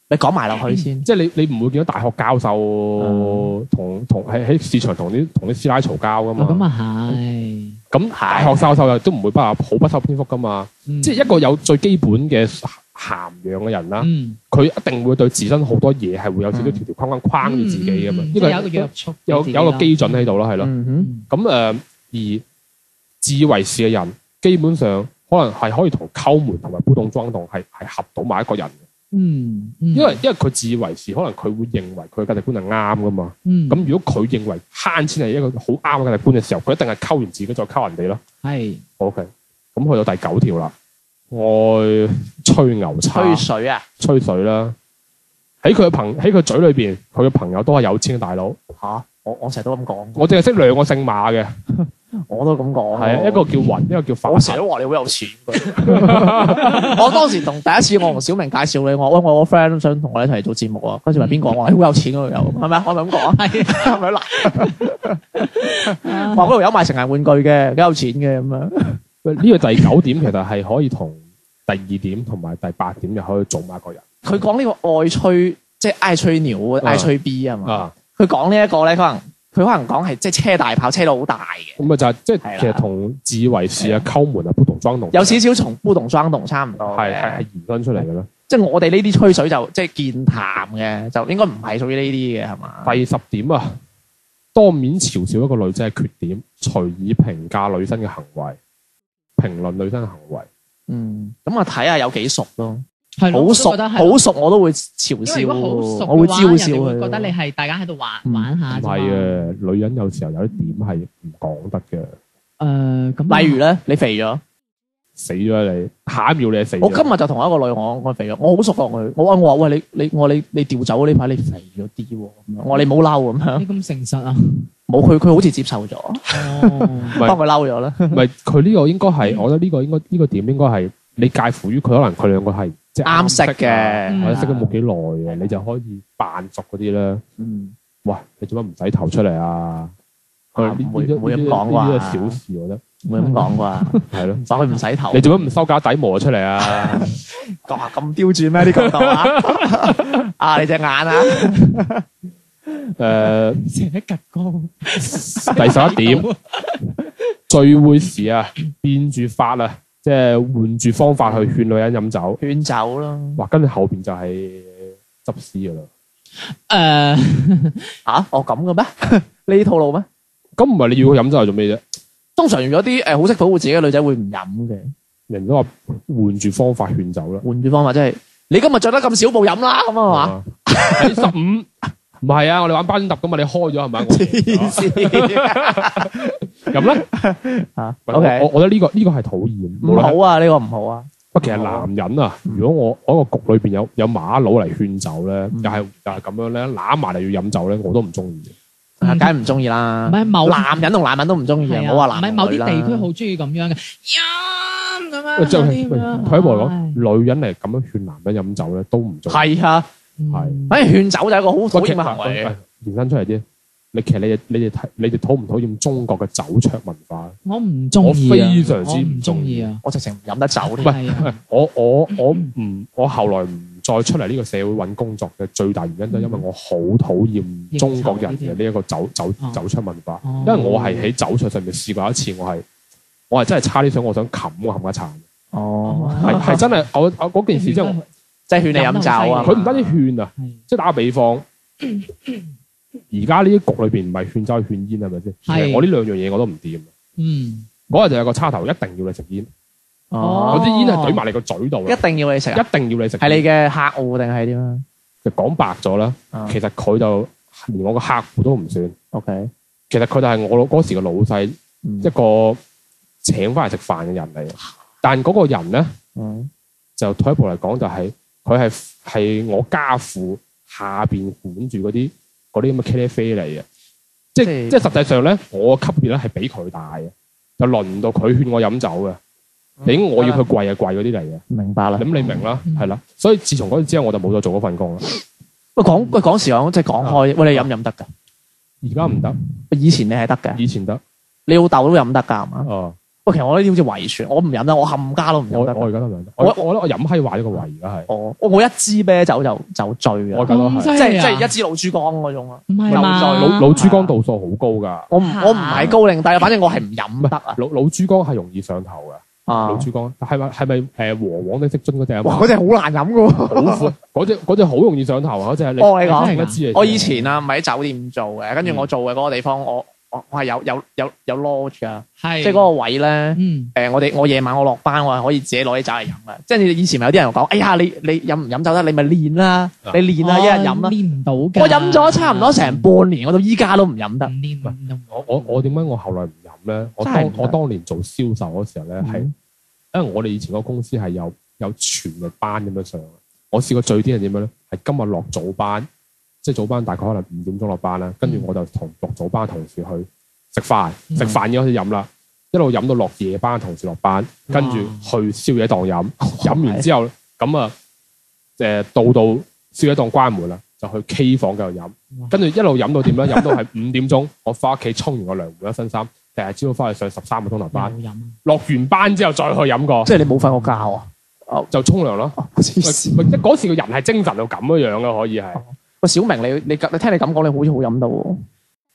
你講埋落去先。
即係你你唔會見到大學教授
嗯
同同喺喺市場同啲同啲師奶嘈交㗎
啊哦咁
嘛，
啊係，嗯
咁大學教授又都唔會不好不收篇幅㗎嘛，
即
即係一個有最基本嘅涵養嘅人啦，
嗯
佢一定會對自身好多嘢係會有少少條條框框框住自己㗎嘛，
嗯
呢個
即係有一個約束，
有有個基準喺度咯，係咯。
嗯哼。
咁誒、呃而自以為是嘅人，基本上可能係可以同溝門同埋古董裝洞係係合到埋一個人嘅，
嗯，嗯
因為因為佢自以為是，可能佢會認為佢嘅價值觀係啱噶嘛。
嗯
咁如果佢認為慳錢係一個好啱嘅價值觀嘅時候，佢一定係溝完自己再溝人哋咯。
係
OK，咁去到第九條啦，愛吹牛叉、
吹水啊！
吹水啦。喺佢嘅朋喺佢嘴裏邊，佢嘅朋友都係有錢嘅大佬。
吓，我我成日都咁講，
我淨係識兩個姓馬嘅，
我都咁講。
係啊，一個叫雲，一個叫反
我成日都話哦你好有錢 㗎。我當時同第一次我同小明介紹你，我喂我個 friend 想同我一齊做節目啊，跟住問邊個，我話你好有錢嗰度有，係咪？我咪咁講啊，
係
係咪嗱？我話嗰度有賣成人玩具嘅，幾有錢嘅咁樣。
喂呢個第九點其實係可以同第二點同埋第八點又可以做埋一個人
佢講呢個愛吹，即係愛吹牛、愛吹 B 啊嘛。
啊，
佢講呢一個咧，可能佢可能講係即係車大炮，車到好大嘅，
咁啊就係即
係
係
啦
其實同自以為是啊、溝門啊、不同裝同
有少少從孤同雙同差唔多嘅。
係係係延伸出嚟嘅啦。
即係我哋呢啲吹水就即係健談嘅，就應該唔係屬於呢啲嘅係嘛？
第十點啊，當面嘲笑一個女仔嘅缺點，隨意評價女生嘅行為，評論女生嘅行為。
嗯，咁啊睇下有幾熟咯，
係咯
好熟
我都覺得係
好熟我都會嘲
因為
笑，
如果好熟
我會
嘅
招笑
話人哋
佢。
會覺得你係大家喺度玩
嗯
玩下
唔
啫
係
嘛
啊，女人有時候有啲點係唔講得嘅，
誒咁啊，
例如咧，你肥咗，
死咗你，下一秒你係死咗。
我今日就同一個女我講我肥咗，我好熟過佢，我話我話喂你你我話你你調走呢排你肥咗啲喎，咁樣我話你冇嬲咁樣，
你咁誠實啊，
冇佢佢好似接受咗，
哦，
喂
當佢嬲咗啦，
唔係佢呢個應該
嗯
係，我覺得呢個應該呢個點應該係你介乎於佢可能佢兩個係即係
啱食
啊
嘅，
嗯
或者識咗冇幾耐嘅，啊你就可以扮熟嗰啲咧。
嗯，
喂，你做乜唔洗頭出嚟啊？佢話呢
唔會
呢
唔會咁
呢
講啩
呢啲係小事，我覺得
唔會咁講啩，
係咯。
話佢唔洗頭，
你做乜唔收假底毛出嚟 啊？
哇咁刁鑽咩？呢個 講啊，啊你隻眼啊！
誒，
成日趌高，
第十一點，聚會時啊，變住法啊，即係換住方法
嗯
去勸女人飲酒，
勸酒咯。
哇！跟住後邊就係執屎噶啦。
诶，
吓，我咁嘅咩？呢套路咩？
咁唔係你要佢飲酒係做咩啫？
通常如果啲诶好識保護自己嘅女仔會唔飲嘅，
人都話換住方法勸酒啦。
換住方法即係你今日着得咁少冇飲啦，咁啊嘛。
嘛？十五 唔係啊，我哋玩班揼噶嘛，你開咗係咪？
黐 線，
咁咧，
啊
我我
，OK，
我覺得呢個呢個係討厭。
唔好啊，呢個唔好啊，
不過其實男人啊，如果我我喺個局裏邊有有馬佬嚟勸酒咧，
嗯
又係又係咁樣咧，揦埋嚟要飲酒咧，我都唔中意。
啊梗係唔中意啦
唔。係某
男人同男人都唔中意啊，
係
唔
啊
好話男
唔係
人
某啲地區
區
好中意咁樣嘅，飲咁樣
啊
喂即係
嗰
喂
啲咁樣
佢喺度
唉
講，女人嚟咁樣勸男人飲酒咧，都唔中意。
係啊，
係
反而勸酒就係一個好
喂
討
其實
厭嘅行為嚟嘅。
喂延伸出嚟啫。你其實你哋你哋睇你哋討唔討厭中國嘅酒桌文化？
我唔中意啊，
我非常之
我唔
唔
中
中
意
意
啊，
我直情唔飲得酒添。
係啊，
我我我唔我後來唔再出嚟呢個社會揾工作嘅最大原因，就係因為
嗯
我好討厭中國人嘅呢一個走走
哦
走出文化，
哦
因為我係喺走出上面試過一次，我係我係真係差啲想我想冚我冚一殘，
哦，
係係真係我我嗰件事即係
即係勸你飲酒啊！
佢唔單止勸啊，
係
即係打個比方，而家呢啲局裏邊唔係勸酒係勸煙係咪先？其
係
實我呢兩樣嘢我都唔掂。
嗯，
嗰日就有個叉頭，一定要你食煙，
哦
嗰支煙係懟埋你個嘴度啦，
一定要你食啊，
一定要你食煙。
係你嘅客户定係點啊
就講白咗啦，
啊
其實佢就連我個客户都唔算，
？OK，
其實佢就係我老嗰時嘅老細
嗯
一個請翻嚟食飯嘅人嚟，但嗰個人咧
嗯
就退一步嚟講就係佢係係我家父下邊管住嗰啲嗰啲咁嘅茄喱啡嚟嘅，即
即係
係即係實際上咧，我嘅級別咧係比佢大嘅，就輪到佢勸我飲酒嘅，你我要佢跪啊跪嗰啲嚟嘅，
明白啦。
咁你明啦，
嗯
係啦，所以自從嗰次之後我就冇再做嗰份工啦，
喂，講喂講時講即係講開，喂你飲唔飲得㗎？
而家唔得，
以前你係得嘅，
以前得，
你老豆都飲得㗎係嘛？
哦。
喂，其實我呢啲好似遺傳，我唔飲得，我冚家都唔
我
飲得
我
㗎。
而家都兩得，
我啊
我我我飲閪壞咗個胃，而家係
我我我一支啤酒就就醉
我
㗎，
咁都哎係
咁犀
即
利
係即係
啊
一支老珠江嗰種啊！
唔係嘛，
老
老老珠江度數好高㗎，
我唔我唔係高定低，反正我係唔飲得啊！
老老珠江係容易上頭㗎，
啊
老珠江係咪係咪誒黃黃啲色樽嗰只啊？
哇，嗰隻好難飲㗎喎。
好闊，嗰只嗰只好容易上頭啊！嗰只係你
我係哦講
一支嚟嘅
我以前啊，唔係喺酒店做嘅，跟住
嗯
我做嘅嗰個地方，我我我係有有有有 lodge
嗯
噶，
係
即係嗰個位咧。
嗯
誒、我哋我夜晚我落班，我係可以自己攞啲酒嚟飲嘅。即係你以前咪有啲人講，哎呀，你你飲唔飲酒得？你咪練啦，
啊
你練
哦
啦，一日飲啦。
練唔到㗎，
我飲咗差唔多成半年，我到依家都唔飲
唔
得。
練唔到
我我我點解我後來唔飲咧？我
真係唔
當
得
我當年做銷售嗰時候咧，係
嗯
因為我哋以前個公司係有有全日班咁樣上嘅，我試過最啲係點樣咧？係今日落早班，即係早班大概可能五點鐘落班啦，跟住
嗯
我就同落早班嘅同事去食飯，
嗯
食飯已經開始飲啦，一路飲到落夜班嘅同事落班，
哇
跟住去宵夜檔飲，飲完之後咁啊誒到到宵夜檔關門啦，就去 K 房繼續飲
哇，
跟住一路飲到 點咧？飲到係五點鐘，我翻屋企沖完個涼換一身衫，第日朝早翻去上十三個鐘頭班，
有飲啊，
落完班之後再去飲過
即係你冇瞓過覺啊？
就沖涼咯。
哦黐
喂
線！
喂即係嗰時個人係精神到咁樣樣嘅，可以
哦
係。
喂，小明，你你你聽你咁講，你好似好飲到喎。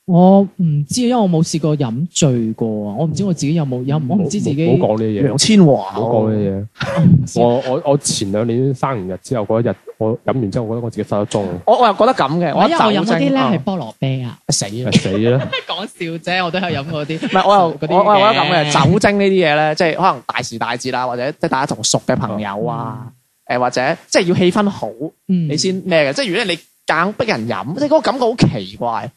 我唔知，因為我冇試過飲醉過啊，我唔知我自己有冇
嗯
飲，我唔知自己啊
唔好講呢啲嘢，
楊千嬅，
唔好講呢啲嘢。我我我前兩年生完日之後嗰一日，我飲完之後，我覺得我自己失咗 蹤，
我我又覺得咁嘅，
因為哎我
一
飲嗰啲咧係
係
菠蘿啤 啊，
死啊！
死啦！
講笑啫，我都有飲過啲，
唔係，我又
嗰啲
我我又覺得咁
嘅
嘅酒精呢啲嘢咧，即係可能大時大節啦，啊或者即係大家同熟嘅朋友啊，誒或者即係要氣氛好，
嗯
你先咩嘅？即係如果你夾硬逼人飲，即係嗰個感覺好奇怪。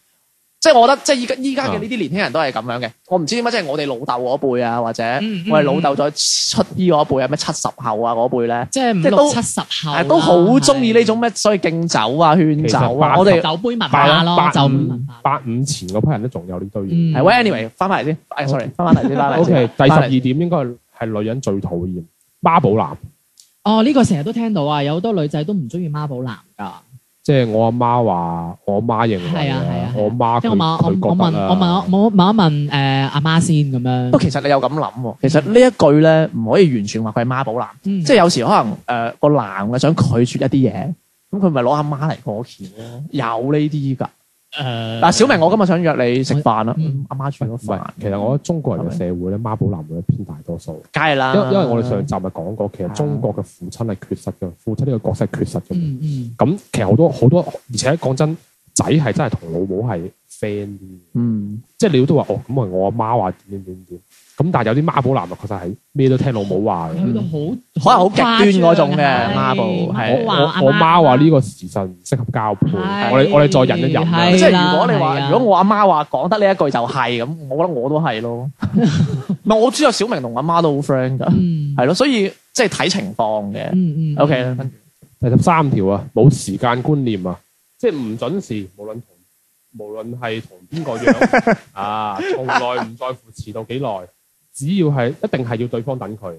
即係我覺得，即係依家依家嘅呢啲年輕人都係咁樣嘅。我唔知點解，即係我哋老豆嗰輩啊，或者
嗯嗯
我哋老豆再出啲嗰輩啊，咩七十後啊嗰輩咧，
即係五
即係
六
都
七十後啦
係都好中意呢種咩所謂敬酒啊、勸酒
其實
啊。
八
我哋嗯
酒杯文化
八
咯，
八
酒
五
杯文化。
八五前嗰批人都仲有呢堆嘢。
嗯
係喂，anyway，翻返嚟先。誒，sorry，翻返嚟先，翻返
O
嚟
K，
先。
第十
返
二
嚟
點應該係係女人最討厭孖寶男，
哦，呢個成日都聽到啊，有好多女仔都唔中意孖寶男㗎。
即係我阿媽話，我阿媽認為
係啊係啊
啊，我阿媽
即
佢
係我問我
佢
我
覺
問
得啊
我問我我問一問誒阿媽先咁
不過
樣，
其實你有咁諗喎，其實呢一句咧唔可以完全話佢係媽寶男，
即
即係有時可能誒個、男嘅想拒絕一啲嘢，咁佢咪攞阿媽嚟過橋咯，有呢啲㗎，
诶，
嗱，小明，我今日想約你食飯啦
嗯，
阿媽煮咗
唔係
飯，，
其實我覺得中國人嘅社會咧，媽寶男會偏大多數。
梗係
啊
啦，
因因為我哋
嗯
上集咪講過，其實中國嘅父親係缺失嘅，父親呢個角色係缺失嘅。
嗯嗯，
咁其實好多好多，而且講真，仔係真係同老母係 friend 啲。
嗯
即係你都話哦，咁啊我阿媽話點點點點，咁但係有啲媽寶男啊，確實係咩都聽老母話嘅。
去到好啊
可能好極端嗰種嘅
係
媽寶係
媽
我
寶話阿
我我媽話呢個時辰唔適合交配，
係
我哋我哋再忍一忍啦
係。
即係
啦
如果你
係
話，
啊
如果我阿媽話講得呢一句就係咁，我覺得我都係 咯。唔係，我知道小明同阿媽都好 friend 㗎，
嗯
係咯，所以即係睇情況嘅。
嗯嗯
OK 啦，跟住
第十三條啊，冇時間觀念啊，即係唔準時，無論同無論係同邊個 約啊，從來唔在乎遲到幾耐，只要係一定係要對方等佢嘅。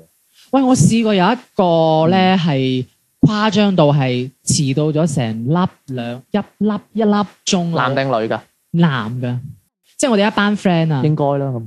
喂，我試過有一個咧係誇張到係遲到咗成粒兩一粒一粒鐘啦
男定女㗎？
男嘅，即係我哋一班 friend 啊，
應該啦咁。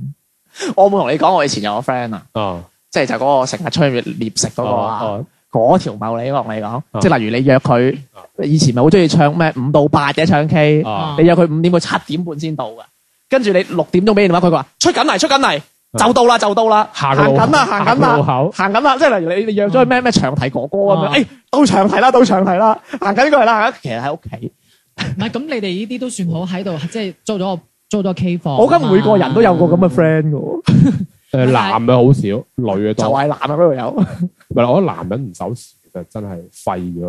我冇同你講，我以前有個 friend 啊，
啊，
即係就嗰個成日出去獵食嗰個啊，
哦
嗰條茂利我同你講，
啊
即係例如你約佢
啊，
以前咪好中意唱咩五到八嘅唱 K，
啊
你約佢五點，佢七點半先到㗎。跟住你六點鐘俾電話佢，佢話出緊嚟，出緊嚟，就到啦，就到啦，
下個
行
路
緊啦，
下
行緊啊
個路
啦。
口，
行緊啦，即係例如你你約咗去咩咩長提哥哥咁樣，
啊
誒到長提啦，到長提啦，行緊呢個嚟啦，行緊其實喺屋企，
唔係咁你哋呢啲都算好喺度，即係租咗個租咗個 K 房啊嘛。
我覺得每個人都有個咁嘅 friend 嘅喎，
誒呃男嘅好少，女嘅
就
多。
係男啊嗰度有。
唔係我覺得男人唔守時其實真係廢咗，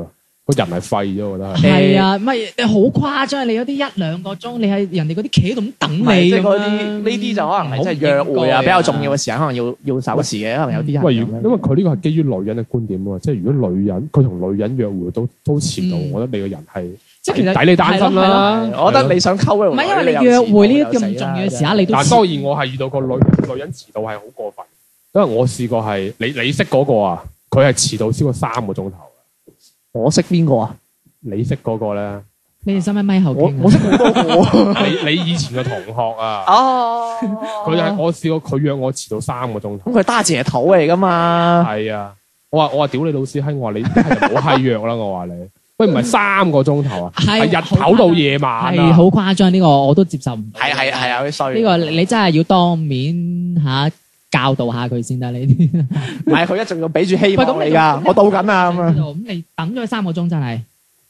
個人係廢咗，我覺得 係。
係啊，唔係你好誇張，你有啲一兩個鐘，你係人哋嗰啲企喺度咁等
唔
你
係即
咁
係嗰
樣
啲呢啲就可能係即係約會啊，比較重要嘅時間，可能要要守時嘅，可能有啲人
喂，如
咁樣
因為佢呢個係基於女人嘅觀點喎，即係如果女人佢同女人約會都都遲到，
嗯
我覺得你個人係
即係其實
抵你單身啦
係。
我覺得你想溝嘅，
唔係因為你約會呢啲咁重要嘅時間，你都
但係當然我係遇到個女女人遲到係好過分，因為我試過係你你識嗰個啊，佢係遲到超過三個鐘頭嘅。
我識邊個啊？
你識嗰個咧，
你哋使唔使咪後
我
傾
我
啊？
識好多個。
你你以前嘅同學啊，
哦，
佢係我試過佢約我遲到三個鐘頭，
咁 佢打斜頭嚟噶嘛？
係啊，我話我話屌你老師閪，我話你一係就唔好閪約啦，我話你，喂唔係三個鐘 頭啊，
係
哎
係日頭到夜晚
係
啊
好，誇張呢個，我都接受唔到。
係係係啊，有啲衰。
呢個你真係要當面嚇教導下佢先得，你呢
唔係佢一直要俾住希望你
喂咁你
㗎，
咁
我到緊啊 咁
度
樣。
咁你等咗三個鐘真係，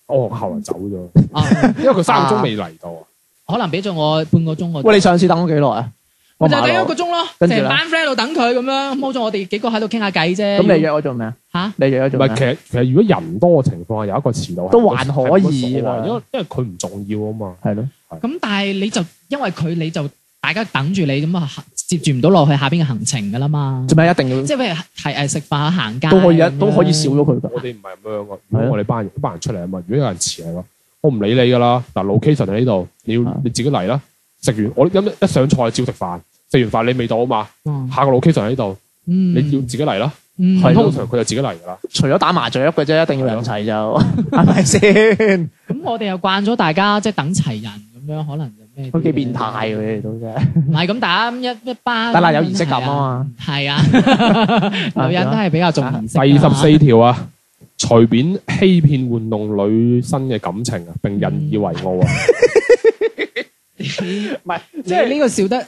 我後來走咗，
啊
因為佢三個鐘未嚟到啊。
可能俾咗我半個鐘我。
喂，你上次等咗幾耐啊？
我
我
就
馬
等一
路。
個鐘咯，
跟
成
住啦
班 friend 喺度等佢咁樣，咁好咗我哋幾個喺度傾下偈啫。
咁你約我做咩啊？
嚇？
你約我
唔
做咩
係，
啊
其？實其實如果人多嘅情況下，有一個遲到係
都還可
係冇
以
乜所
啦
謂因為因為佢唔重要啊嘛。
係咯，
咁但係你就因為佢你就大家等住你咁啊，接住唔到落去下邊嘅行程㗎啦嘛。
做咩一定
即係譬如係誒食飯啊、行街
要都可以
咁樣
一都可以少咗佢㗎？
我哋唔係咁樣噶，
係
如
啊
果我哋班人班人出嚟啊嘛，如果有人遲嚟咯，我唔理你噶啦。嗱，location 喺呢度，你要
啊
你自己嚟啦。食完我一一上菜照食飯，食完飯你未到啊嘛，
嗯
下個 location 喺度，
嗯
你要自己嚟啦。
嗯
係
通常佢就自己嚟噶啦。
除咗打麻雀嘅啫，一定要人 齊就係咪先？
咁我哋又慣咗大家即係等齊人咁樣，可能就咩？
都幾變態嘅你哋都真係。
唔係咁打一一班，
得啦有儀式感啊嘛。
係啊，女人都係比較重儀式㗎。
第十四條啊，隨便欺騙玩弄女生嘅感情啊，並引以為傲啊。
唔係，
即係呢個笑得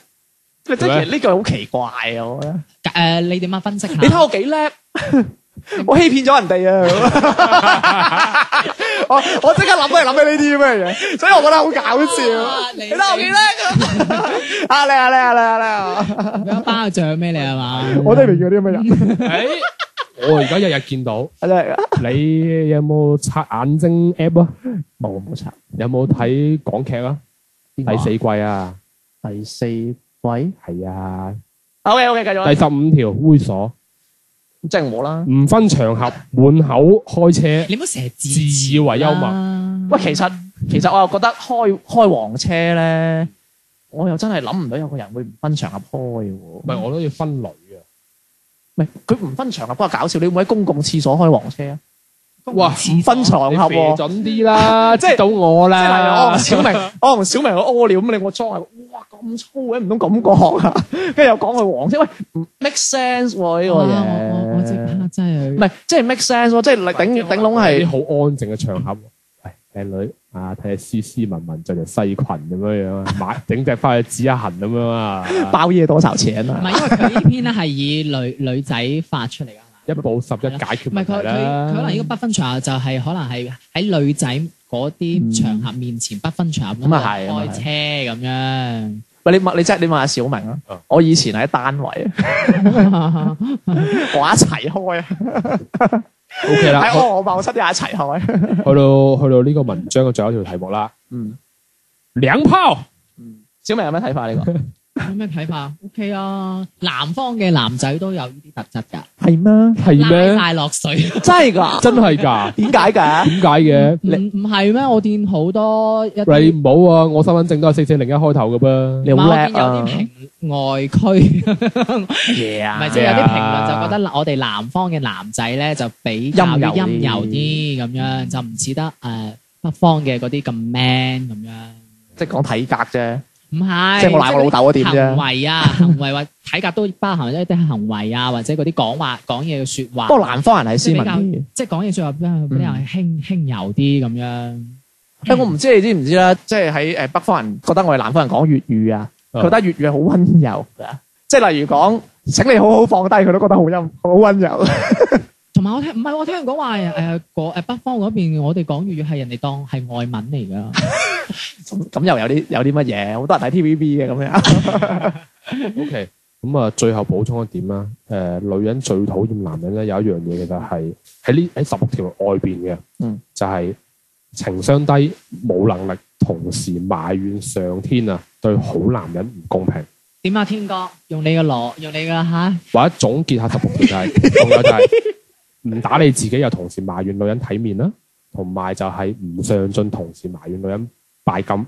即係其實呢句好奇怪啊！我覺得
誒，你點啊分析下？
你睇我幾 叻，我欺騙咗人哋啊！ 咁我我即刻諗都係諗起呢啲咁嘅嘢，所以我覺得好搞
哇
笑。
你
你睇我幾叻啊！啊叻啊叻啊叻啊叻啊！
有一包醬俾你係嘛？
我都係明嗰啲咁嘅人，
誒，我而家日日見到。
真係
你有冇刷眼睛 app 啊？
冇冇錯。
有冇睇港劇啊？第四季啊，
第四位
係啊。
，OK OK，繼續啊
第
啦，
十五條猥瑣，
即係我啦。
唔分場合，滿口開車，
你唔好成日自
自以為幽默。
默
喂，其實其實我又覺得開開黃車咧，我又真係諗唔到有個人會唔分場合開嘅喎
唔。係，我都要分女啊。
唔係佢唔分場合，不過搞笑，你會唔會喺公共廁所開黃車啊？
哇
唔分場合
你肥
喎，
準啲啦，
即係
知道我
即係例如
啦
我同。小明，我同小明去屙尿咁，你我裝係哇咁粗嘅，唔通咁講啊？ 跟住又講佢黃色，喂唔 make sense 喎呢個
我哦我我即
嘢，
刻真
唔
係
係即係 make sense 喎，即係頂頂籠
啲
係
好安靜嘅場合。喂，靚女，啊，睇下斯斯文文着條西裙咁樣樣啊，買 整隻翻去指下痕咁樣啊，
包夜多少錢
唔
啊？
係因為佢呢篇咧係以女女仔發出嚟㗎。
一步十一解決
唔
問
係
題
佢佢佢可能
啦嗯
呢。個不分場合就係可能係喺女仔嗰啲場合面前不分場合
咁啊係咁啊
開
係
車咁 樣，
喂，你問你即係你問下小明
嗯
啊，我以前喺單位，啊 我一齊開啊，
O K 啦，
喺
去
我某室友一齊開。啊
去到去到呢個文章嘅最後一條題目啦，
嗯，
兩炮
小明有咩睇法啊呢個？
有咩睇法？OK 啊，南方嘅男仔都有呢啲特質㗎，
係咩？
係
拉
咩？
晒落 水，
真係 㗎？
真係㗎？
點解㗎？
點解嘅？
唔唔係咩？我見好多一
你
啲，
唔好啊！我身份證都係四四零一開頭嘅噃。
你好
我
叻
見有
啊
啲！評 外區，
嘢
唔
啊
係即係有啲評論就覺得我哋南方嘅男仔咧就比較
哎陰柔啲
陰柔啲咁樣，就唔似得誒北方嘅嗰啲咁 man 咁樣。
即係講體格啫，
唔係，
即係我鬧我老豆嗰點
行
啫。
為啊，行為或 體格都包含一啲行為啊，或者嗰啲講話講嘢嘅说話。
不過南方人係斯文
比
啲。
即係講嘢说話比較比較
嗯
輕輕柔啲咁樣。
誒，哎我唔知你知唔知啦，即係喺誒北方人覺得我哋南方人講粵語啊，
嗯
佢覺得粵語係好温柔㗎，即係例如講請你好好放低，佢都覺得好陰好温柔。
同埋我聽唔係我聽人講話誒誒北方嗰邊，我哋講粵語係人哋當係外文嚟㗎。
咁咁又有啲有啲乜嘢？好多人睇 TVB 嘅咁樣，
O K，咁啊，最後補充一點啦。誒、女人最討厭男人咧，有一樣嘢其實係喺呢喺十六條外邊嘅，
嗯，
就係、情商低、冇能力，同時埋怨上天啊，對好男人唔公平。
點啊，天哥，用你嘅羅，用你嘅吓，
或者總結下十六條就係、 仲有就係、唔打理自己，又同時埋怨女人體面啦，同埋就係唔上進，同時埋怨女人拜金。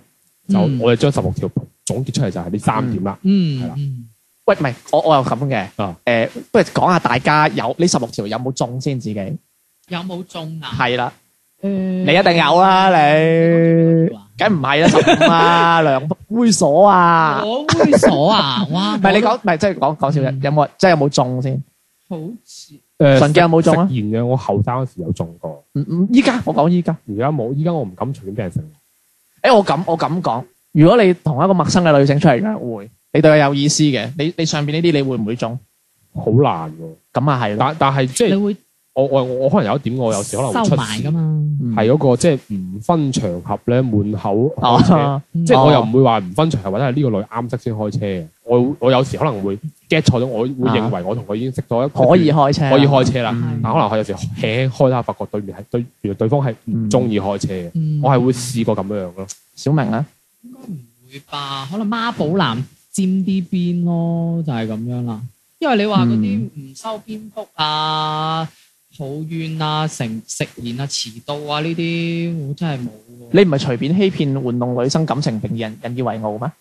就、
嗯
我哋將十六條總結出嚟就係呢三點啦。係
嗯
啦
嗯，
喂，唔係我我又咁嘅，誒
啊、
不如講下大家有呢十六條有冇中先自己？
有冇中啊？
係啦，
誒，你
你一定有啦，你梗唔係啦，十五 啊，兩猥瑣啊，
我猥瑣 啊！哇，
唔係你講，唔係即係講講笑啫，有冇即係有冇中先？
好似
誒
純嘅有冇中啊
呃食鹽嘅，我後生嗰時有中過，
唔唔，依家我講依家。
而家冇，依家我唔敢隨便俾人食。
诶、我咁我咁講，如果你同一個陌生嘅女性出嚟約會，你對佢有意思嘅，你你上边呢啲你會唔會中？
好難喎，
咁啊係啦，
但但係即
你
係
會
我我我可能有一點，我有時可能會
收
出
埋
事
㗎，嘛？
係嗰個即係唔分場合咧，滿口開車
哦，
即係
哦
我又唔會話唔分場合，或者係呢個女啱識先開車嘅。我會我有時可能會 get 錯咗，我會
啊
認為我同佢已經識咗一
可以開車，
可以開車啦。
嗯
但可能佢有時輕輕開啦，發覺對面係對原來對方係唔中意開車嘅。
嗯
我係會試過咁樣樣咯。
小明啊，
應該唔會吧？可能孖寶男尖啲邊咯，就係咁樣啦。因為你話嗰啲
嗯
唔收邊幅啊、抱怨啊、成食言啊、遲到啊呢啲，我真係冇
你
喎。
唔係隨便欺騙玩弄女生感情並人引以為傲咩？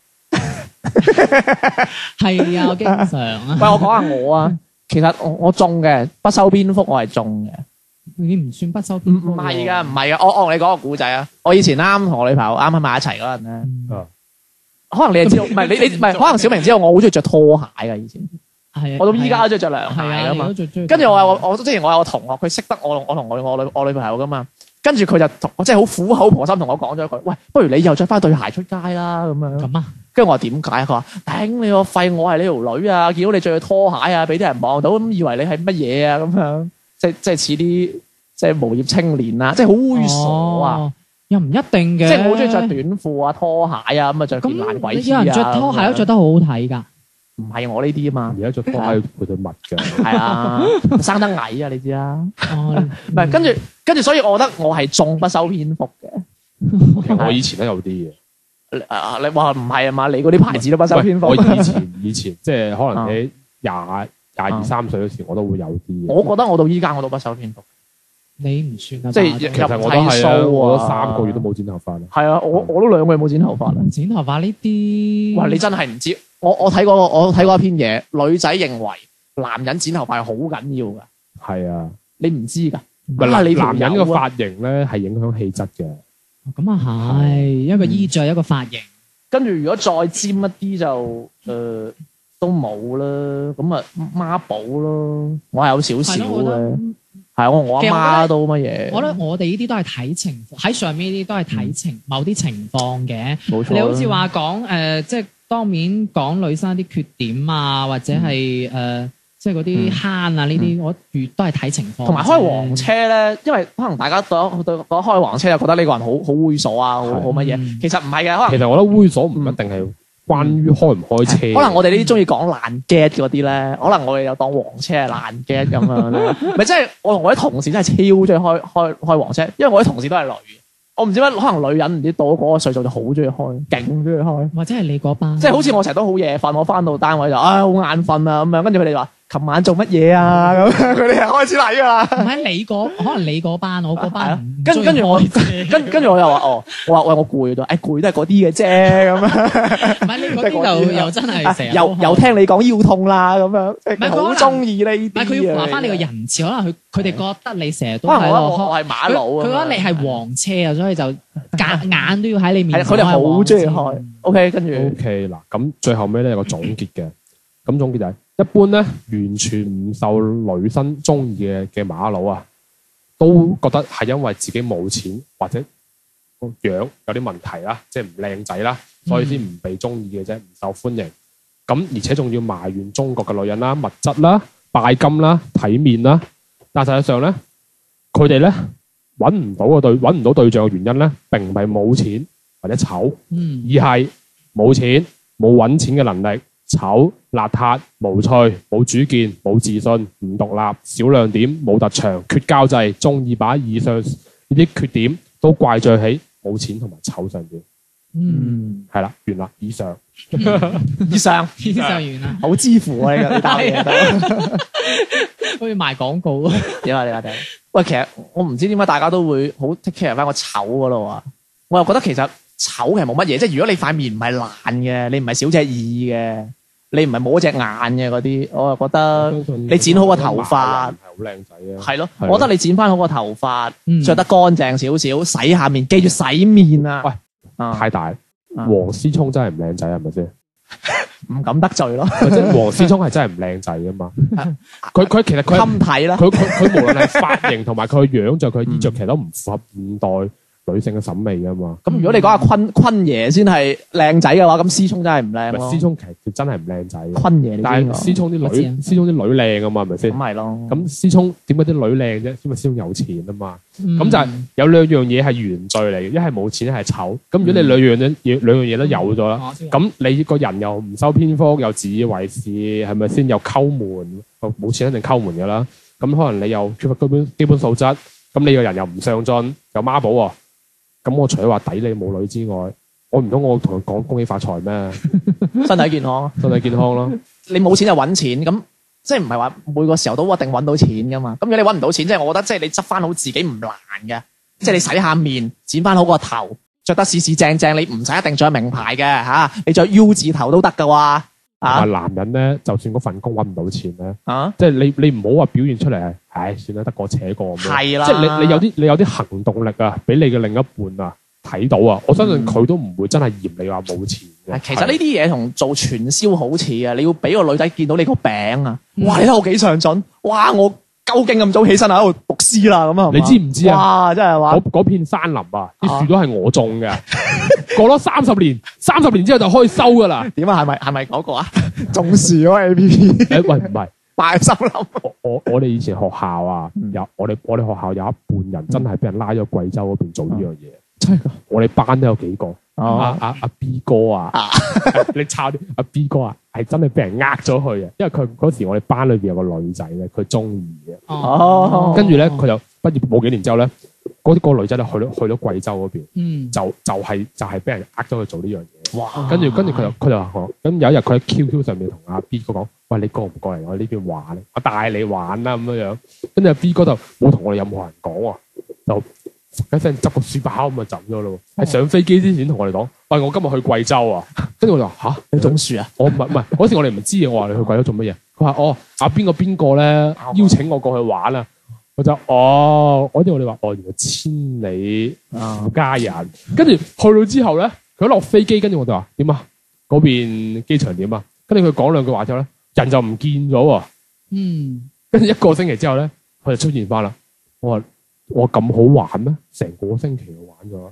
係啊，我經常 啊，
喂，我講下我啊， 其實我我中嘅，不修邊幅我係中嘅。
你唔算不收
唔
邊幅
唔
喎
係噶，唔係噶，我我同你講個古仔啊！我以前啱同我女朋友啱啱埋一齊嗰陣咧，
嗯
啊
可能你係知道，唔係你 你唔係，可能小明知道我好中意着拖鞋噶以前，
係啊
我到依家都中意着涼鞋
係啊，
噶嘛
你。都最中意
跟住我有我我之前我有個同學，佢識得我我同我我女我女朋友噶嘛，跟住佢就同我真係好苦口婆心同我講咗一句，喂，不如你又着翻對鞋出街啦咁樣。
咁啊，
跟住我話點解？佢話頂你個肺，我係你條女啊！見到你着對拖鞋啊，俾啲人望到咁，以為你係乜嘢啊咁樣，即係即係似啲即係無業青年啊，即係好猥瑣啊！
哦，又唔一定
即
嘅。
係我好中意着短褲啊、拖鞋啊，咁啊着件爛
咁
鬼
你
衣啊
有人着拖鞋都着
咁樣
得好好睇㗎。
唔係我呢啲啊嘛，
而家着拖鞋配對襪嘅，
係 啊，生得矮啊，你知啦。
哦，
唔
嗯
係，跟住跟住，所以我覺得我係中不修邊幅嘅。
其實我以前都有啲嘅。
啊，你話唔係啊嘛？你嗰啲牌子都不修邊啊幅
喂。我以前以前即係可 能喺廿廿二三歲嗰時，我都會有啲嘅。
啊我覺得我到依家我都不修邊幅。
你唔算啊，
即係
其實我都
又剃
係
鬚
啊，
啊
我都三個月都冇剪頭髮啦。
係啊，我我都兩個月冇剪頭髮啦。
剪頭髮呢啲。
嗯
哇！你真係唔知，我我睇過我睇過一篇嘢，女仔認為男人剪頭髮係好緊要㗎，
係啊，
你唔知㗎。
唔係
啊
男
你條
男人
友
嘅
啊
髮型咧係影響氣質嘅。
咁啊係，一個衣着，一個髮型，
跟住如果再尖一啲就誒、呃都冇啦，咁啊孖寶咯，我係有少
係
少
咯，我覺得
嘅，
嗯
係啊，我我
其實我覺
阿
得
媽都乜嘢，
我覺得我哋呢啲都係睇情況，喺上面呢啲都係睇
嗯
情某啲情況嘅。
冇錯啦。
你好似話講誒，即係當面講女生啲缺點啊，或者係誒，即係嗰
嗯
啲慳啊呢啲，我越都係睇情況。
哦同埋開黃車咧，因為可能大家對對覺得開黃車就覺得呢個人好好猥瑣啊，好
係
好乜
嗯
嘢。其實唔係嘅，可
其
能
實我覺得猥瑣唔一定係關於開唔開車，
嗯可能我哋呢啲中意講爛 get 嗰啲咧，可能我哋又當黃車係爛 get 咁樣啦。咪即係我同我啲同事真係超中意開開開黃車，因為我啲同事都係女嘅。我唔知乜，可能女人唔知到嗰個歲數就好中意開，勁中意開。
或者係你嗰班，
即係好似我成日都好夜瞓，我翻到單位就唉好眼瞓啊咁樣，跟住佢哋話琴晚做乜嘢啊咁樣，佢哋又開始嚟㗎啦。
唔係你嗰，可能你嗰班，我嗰
係啊
班唔
跟
中意
跟住我
開車
跟跟住我又話哦，我話喂我攰咗，誒攰都係嗰啲嘅啫咁樣，
唔係你嗰啲就又真 係成日都
啊又又聽你講腰痛啦咁樣，即係
係
佢
佢可
好
能
中意呢啲啊
唔係佢要話翻你個人設，可能佢佢哋覺得你成日都
可能
喺
我
度
我係
開
馬
佢
佬啊，
佢覺得你係黃車啊，所以就 夾硬都要喺你
係
面
佢
前
哋
開黃車。
好中意開，OK 跟住
O K 嗱，咁最後尾咧有個總結嘅，咁總結就係、一般咧完全唔受女生中意嘅嘅馬佬啊，都覺得係因為自己冇錢或者個樣有啲問題啦，即係唔靚仔啦，所以先唔被中意嘅啫，唔受歡迎。咁而且仲要埋怨中國嘅女人啦、物質啦、拜金啦、體面啦，但實際上咧，佢哋咧揾唔到個對揾唔到對象嘅原因咧，並唔係冇錢或者醜。
嗯，
而係冇錢、冇揾錢嘅能力、醜、邋遢、無趣、冇主見、冇自信、唔獨立、少亮點、冇特長、缺交際，中意把以上呢啲缺點都怪罪喺冇錢同埋醜上邊。
嗯，
嗯
係啦，完啦，以上
以上
天上完啦，
好支付啊呢個呢單 嘢都。
好似賣廣告啊。
點啊點啊點啊！喂，其實我唔知點解大家都會好 take care 翻個醜嗰度啊！我又覺得其實醜其實冇乜嘢，即係如果你塊面唔係爛嘅，你唔係少隻耳嘅，你唔係冇一隻眼嘅嗰啲，我又覺得呃你
你
剪好個頭髮
係好靚仔啊！
係咯。
係咯
我覺得你剪翻好個頭髮
嗯，
着得乾淨少少，洗下面，記住洗面啊！
喂
啊，
太大，黃思聰真係唔靚仔係咪先？
唔敢得罪咯，
即係黃思聰係真係唔靚仔噶 嘛？佢佢其實佢係
襟睇啦。
佢佢 佢無論係髮型同埋佢嘅樣着，佢嘅衣着其實都唔符合現代女性嘅審美噶嘛。
咁如果你講下
嗯
坤坤爺先係靚仔嘅話，咁思聰真係唔靚
咪
咯
思。聰其實佢真係唔靚仔嘅，
坤爺你
但
邊
係
個？
思聰啲
我知啊
女，思聰啲女靚啊嘛，係咪
咁
先？
咪咯。
咁思聰點解啲女靚啫？因為思聰有錢啊嘛。咁
咁
就係有兩樣嘢係原罪嚟嘅，一係冇錢，一係醜。咁如果你兩樣嘢兩樣嘢都有咗
哦
啦，咁你個人又唔修邊幅，又自以為是，係咪先？又溝門，冇錢一定溝門噶啦。咁可能你又缺乏基本基本素質，咁你個人又唔上進，又媽寶喎。咁我除咗話抵你冇女之外，我唔通我同佢講恭喜發財咩？
身體健康啊。
身體健康咯。
你冇錢就揾錢，咁即係唔係話每個時候都一定揾到錢噶嘛？咁如果你揾唔到錢，即係我覺得即係你執翻好自己唔難嘅，即係你洗下面， 剪翻好個頭，着得四四正正，你唔使一定着名牌嘅嚇、你着 U 字頭都得噶喎
但
啊
係男人咧，就算嗰份工揾唔到錢咧，
啊！
即係你你唔好話表現出嚟係，唉，算啦，得過且過咁樣。
係啦，
即係你你有啲你有啲行動力啊，俾你嘅另一半啊睇到啊，我相信佢都唔會真係嫌你話冇錢嘅。
啊其實呢啲嘢同做傳銷好似啊，你要俾個女仔見到你個餅啊！
嗯
哇，你睇我幾上進，哇！我究竟咁早起身啊喺度讀詩啦，咁啊，
你知唔知啊
哇！真係話
嗰嗰片山林啊，啲
啊
樹都係我種嘅， 過咗三十年，三十年之後就可以收噶 啦。
點啊？係咪係咪嗰個 啊？種樹嗰個 A P P
誒喂，唔係，
拜心諗。
我我我哋以前學校啊，
嗯
有我哋我哋學校有一半人真係俾人拉咗貴州嗰邊做呢樣嘢。
真係㗎
我哋班都有幾個，
哦
阿阿阿 B 哥啊
啊，
你抄啲阿 B 哥啊，係真係俾人呃咗去嘅，因為佢嗰時我哋班裏邊有個女仔咧，佢中意嘅。
哦
跟住咧，佢就畢業冇幾年之後咧，嗰個女仔咧去咗去咗貴州嗰邊，
嗯
就就係、就係、俾人呃咗去做呢樣嘢。
哇
跟住跟住佢就佢就話我，咁有一日佢喺 QQ 上面同阿 B 哥講：，喂，你過唔過嚟我呢邊玩咧？我帶你玩啦咁樣樣。跟住阿 B 哥就冇同我哋任何人講喎，就一聲執個書包咁就走咗咯喎。係上飛機之前同我哋講：，喂，我今日去貴州啊。跟住我就話吓，
你種樹啊？
我唔係唔係嗰時我哋唔知嘅，我話你去貴州做乜嘢？佢話哦，啊邊個邊個咧邀請我過去玩啊！我就哦，嗰啲我哋話哦，原來千里
啊
夫家人。跟住去到之後咧，佢一落飛機，跟住我就話點啊？嗰邊機場點啊？跟住佢講兩句話之後咧，人就唔見咗喎。
嗯
跟住一個星期之後咧，佢就出現翻啦。我話我咁好玩咩？成個星期就玩 咗，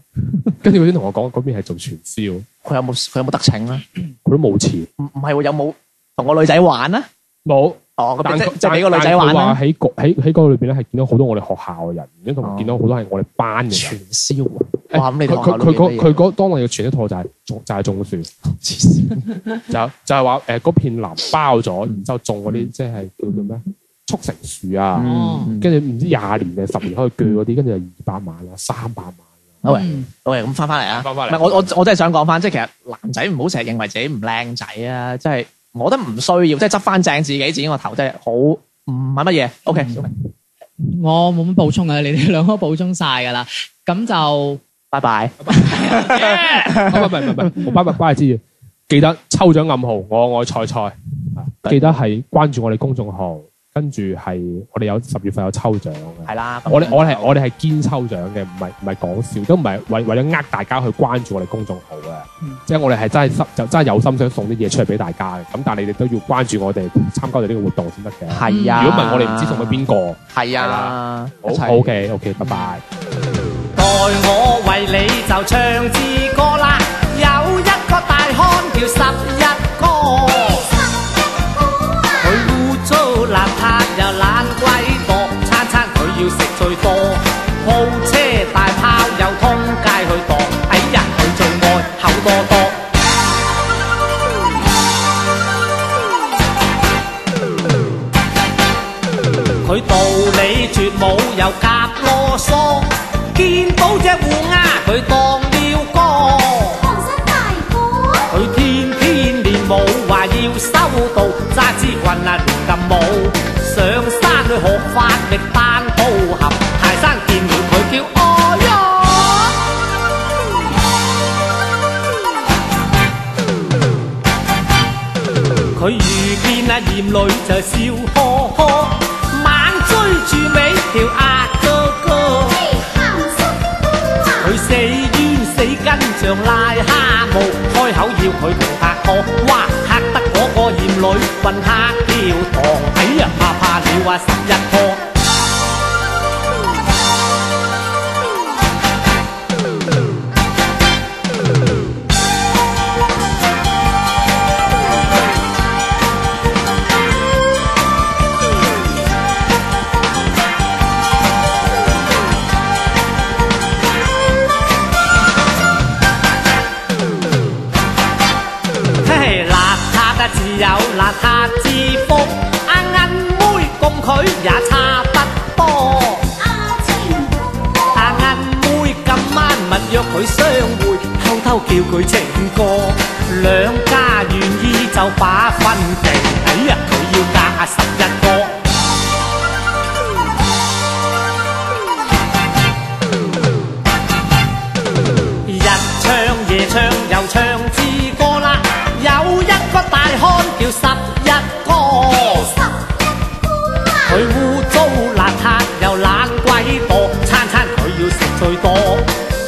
跟住佢先同我講嗰邊係做傳銷，
佢有冇佢有冇得逞啊？
佢都冇錢，
唔唔係喎，有冇同個女仔玩啊？
冇。
哦，咁
但
即
佢
即係俾個女仔玩啊
但佢話
啦，
喺局喺喺嗰度裏邊咧，係見到好多我哋學校嘅人，跟住同埋見到好多係我哋班嘅人。
傳銷啊！哇，咁
佢
你哋學校
佢
裏
佢嗰
面嘅嘢
佢嗰當我要傳一套就係種就係種樹，
黐線
就就係話呃誒嗰片林包咗，然之後種嗰啲即係叫做咩速成樹啊，
哦
嗯
跟住唔知廿年定十年可以鋸嗰啲，跟住就二百萬啊、三百萬 啊。
好啊
嗯
喂，咁翻翻嚟啊！
返返
唔
嚟
係我我我真係想講翻，即係其實男仔唔好成日認為自己唔靚仔啊！即係我覺得唔需要，即係執翻正自己自己個頭，即係好唔係乜嘢。OK，
嗯
我冇乜補充啊，你哋兩個補充晒㗎啦。咁就
拜拜。
唔係唔係唔係唔係，我班麥班係知嘅，記得抽獎暗號，我愛菜菜，
啊
記得係關注我哋公眾號，跟住係我哋有十月份有抽獎嘅。
係啦，咁
我哋我係我哋係堅抽獎嘅，唔係唔係講笑，都唔係為為咗呃大家去關注我哋公眾號嘅，
嗯
即係我哋係真係心就真係有心想送啲嘢出嚟俾大家嘅。咁但係你哋都要關注我哋，參加我哋呢個活動先得嘅。
係啊。
如果唔係，我哋唔知送俾邊個。
係
係
啊。一齊
好 OK OK，拜拜。
代我為你就唱支歌啦，有一個大漢叫十一哥，佢污糟邋遢又懶鬼惰，餐餐佢要食最多，鋪車大炮又通街去度，哎呀佢最愛口多多。佢道理絕冇又夾啰嗦，見到只烏鴉佢當了哥，佢偏偏練武話要修道，揸支棍啊亂咁舞，上山去學法力單刀俠，泰山見了佢叫哦喲。佢遇見阿艳女就笑呵呵，猛追住尾條阿哥哥。佢死冤死跟像癞蝦毛，開口要佢同拍拖，哇嚇得嗰個艳女混黑跳堂，哎呀怕怕了啊十一哥。嘿，邋遢啊，自有邋遢之福。阿銀妹共佢也差不多。阿銀妹今晚密約佢相會，偷偷叫佢情歌。兩家願意就把分定。哎呀，佢要嫁十一個。日唱夜唱又唱支歌啦，有一個大漢叫十一哥，佢污糟邋遢又懶鬼惰，餐餐佢要食最多，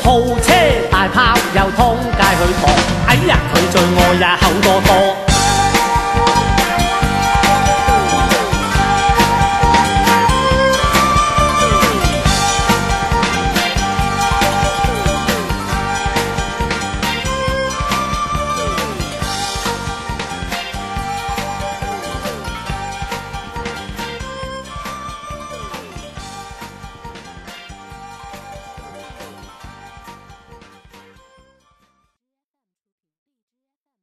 豪車大炮又通街去搏，哎呀佢最愛呀口多多。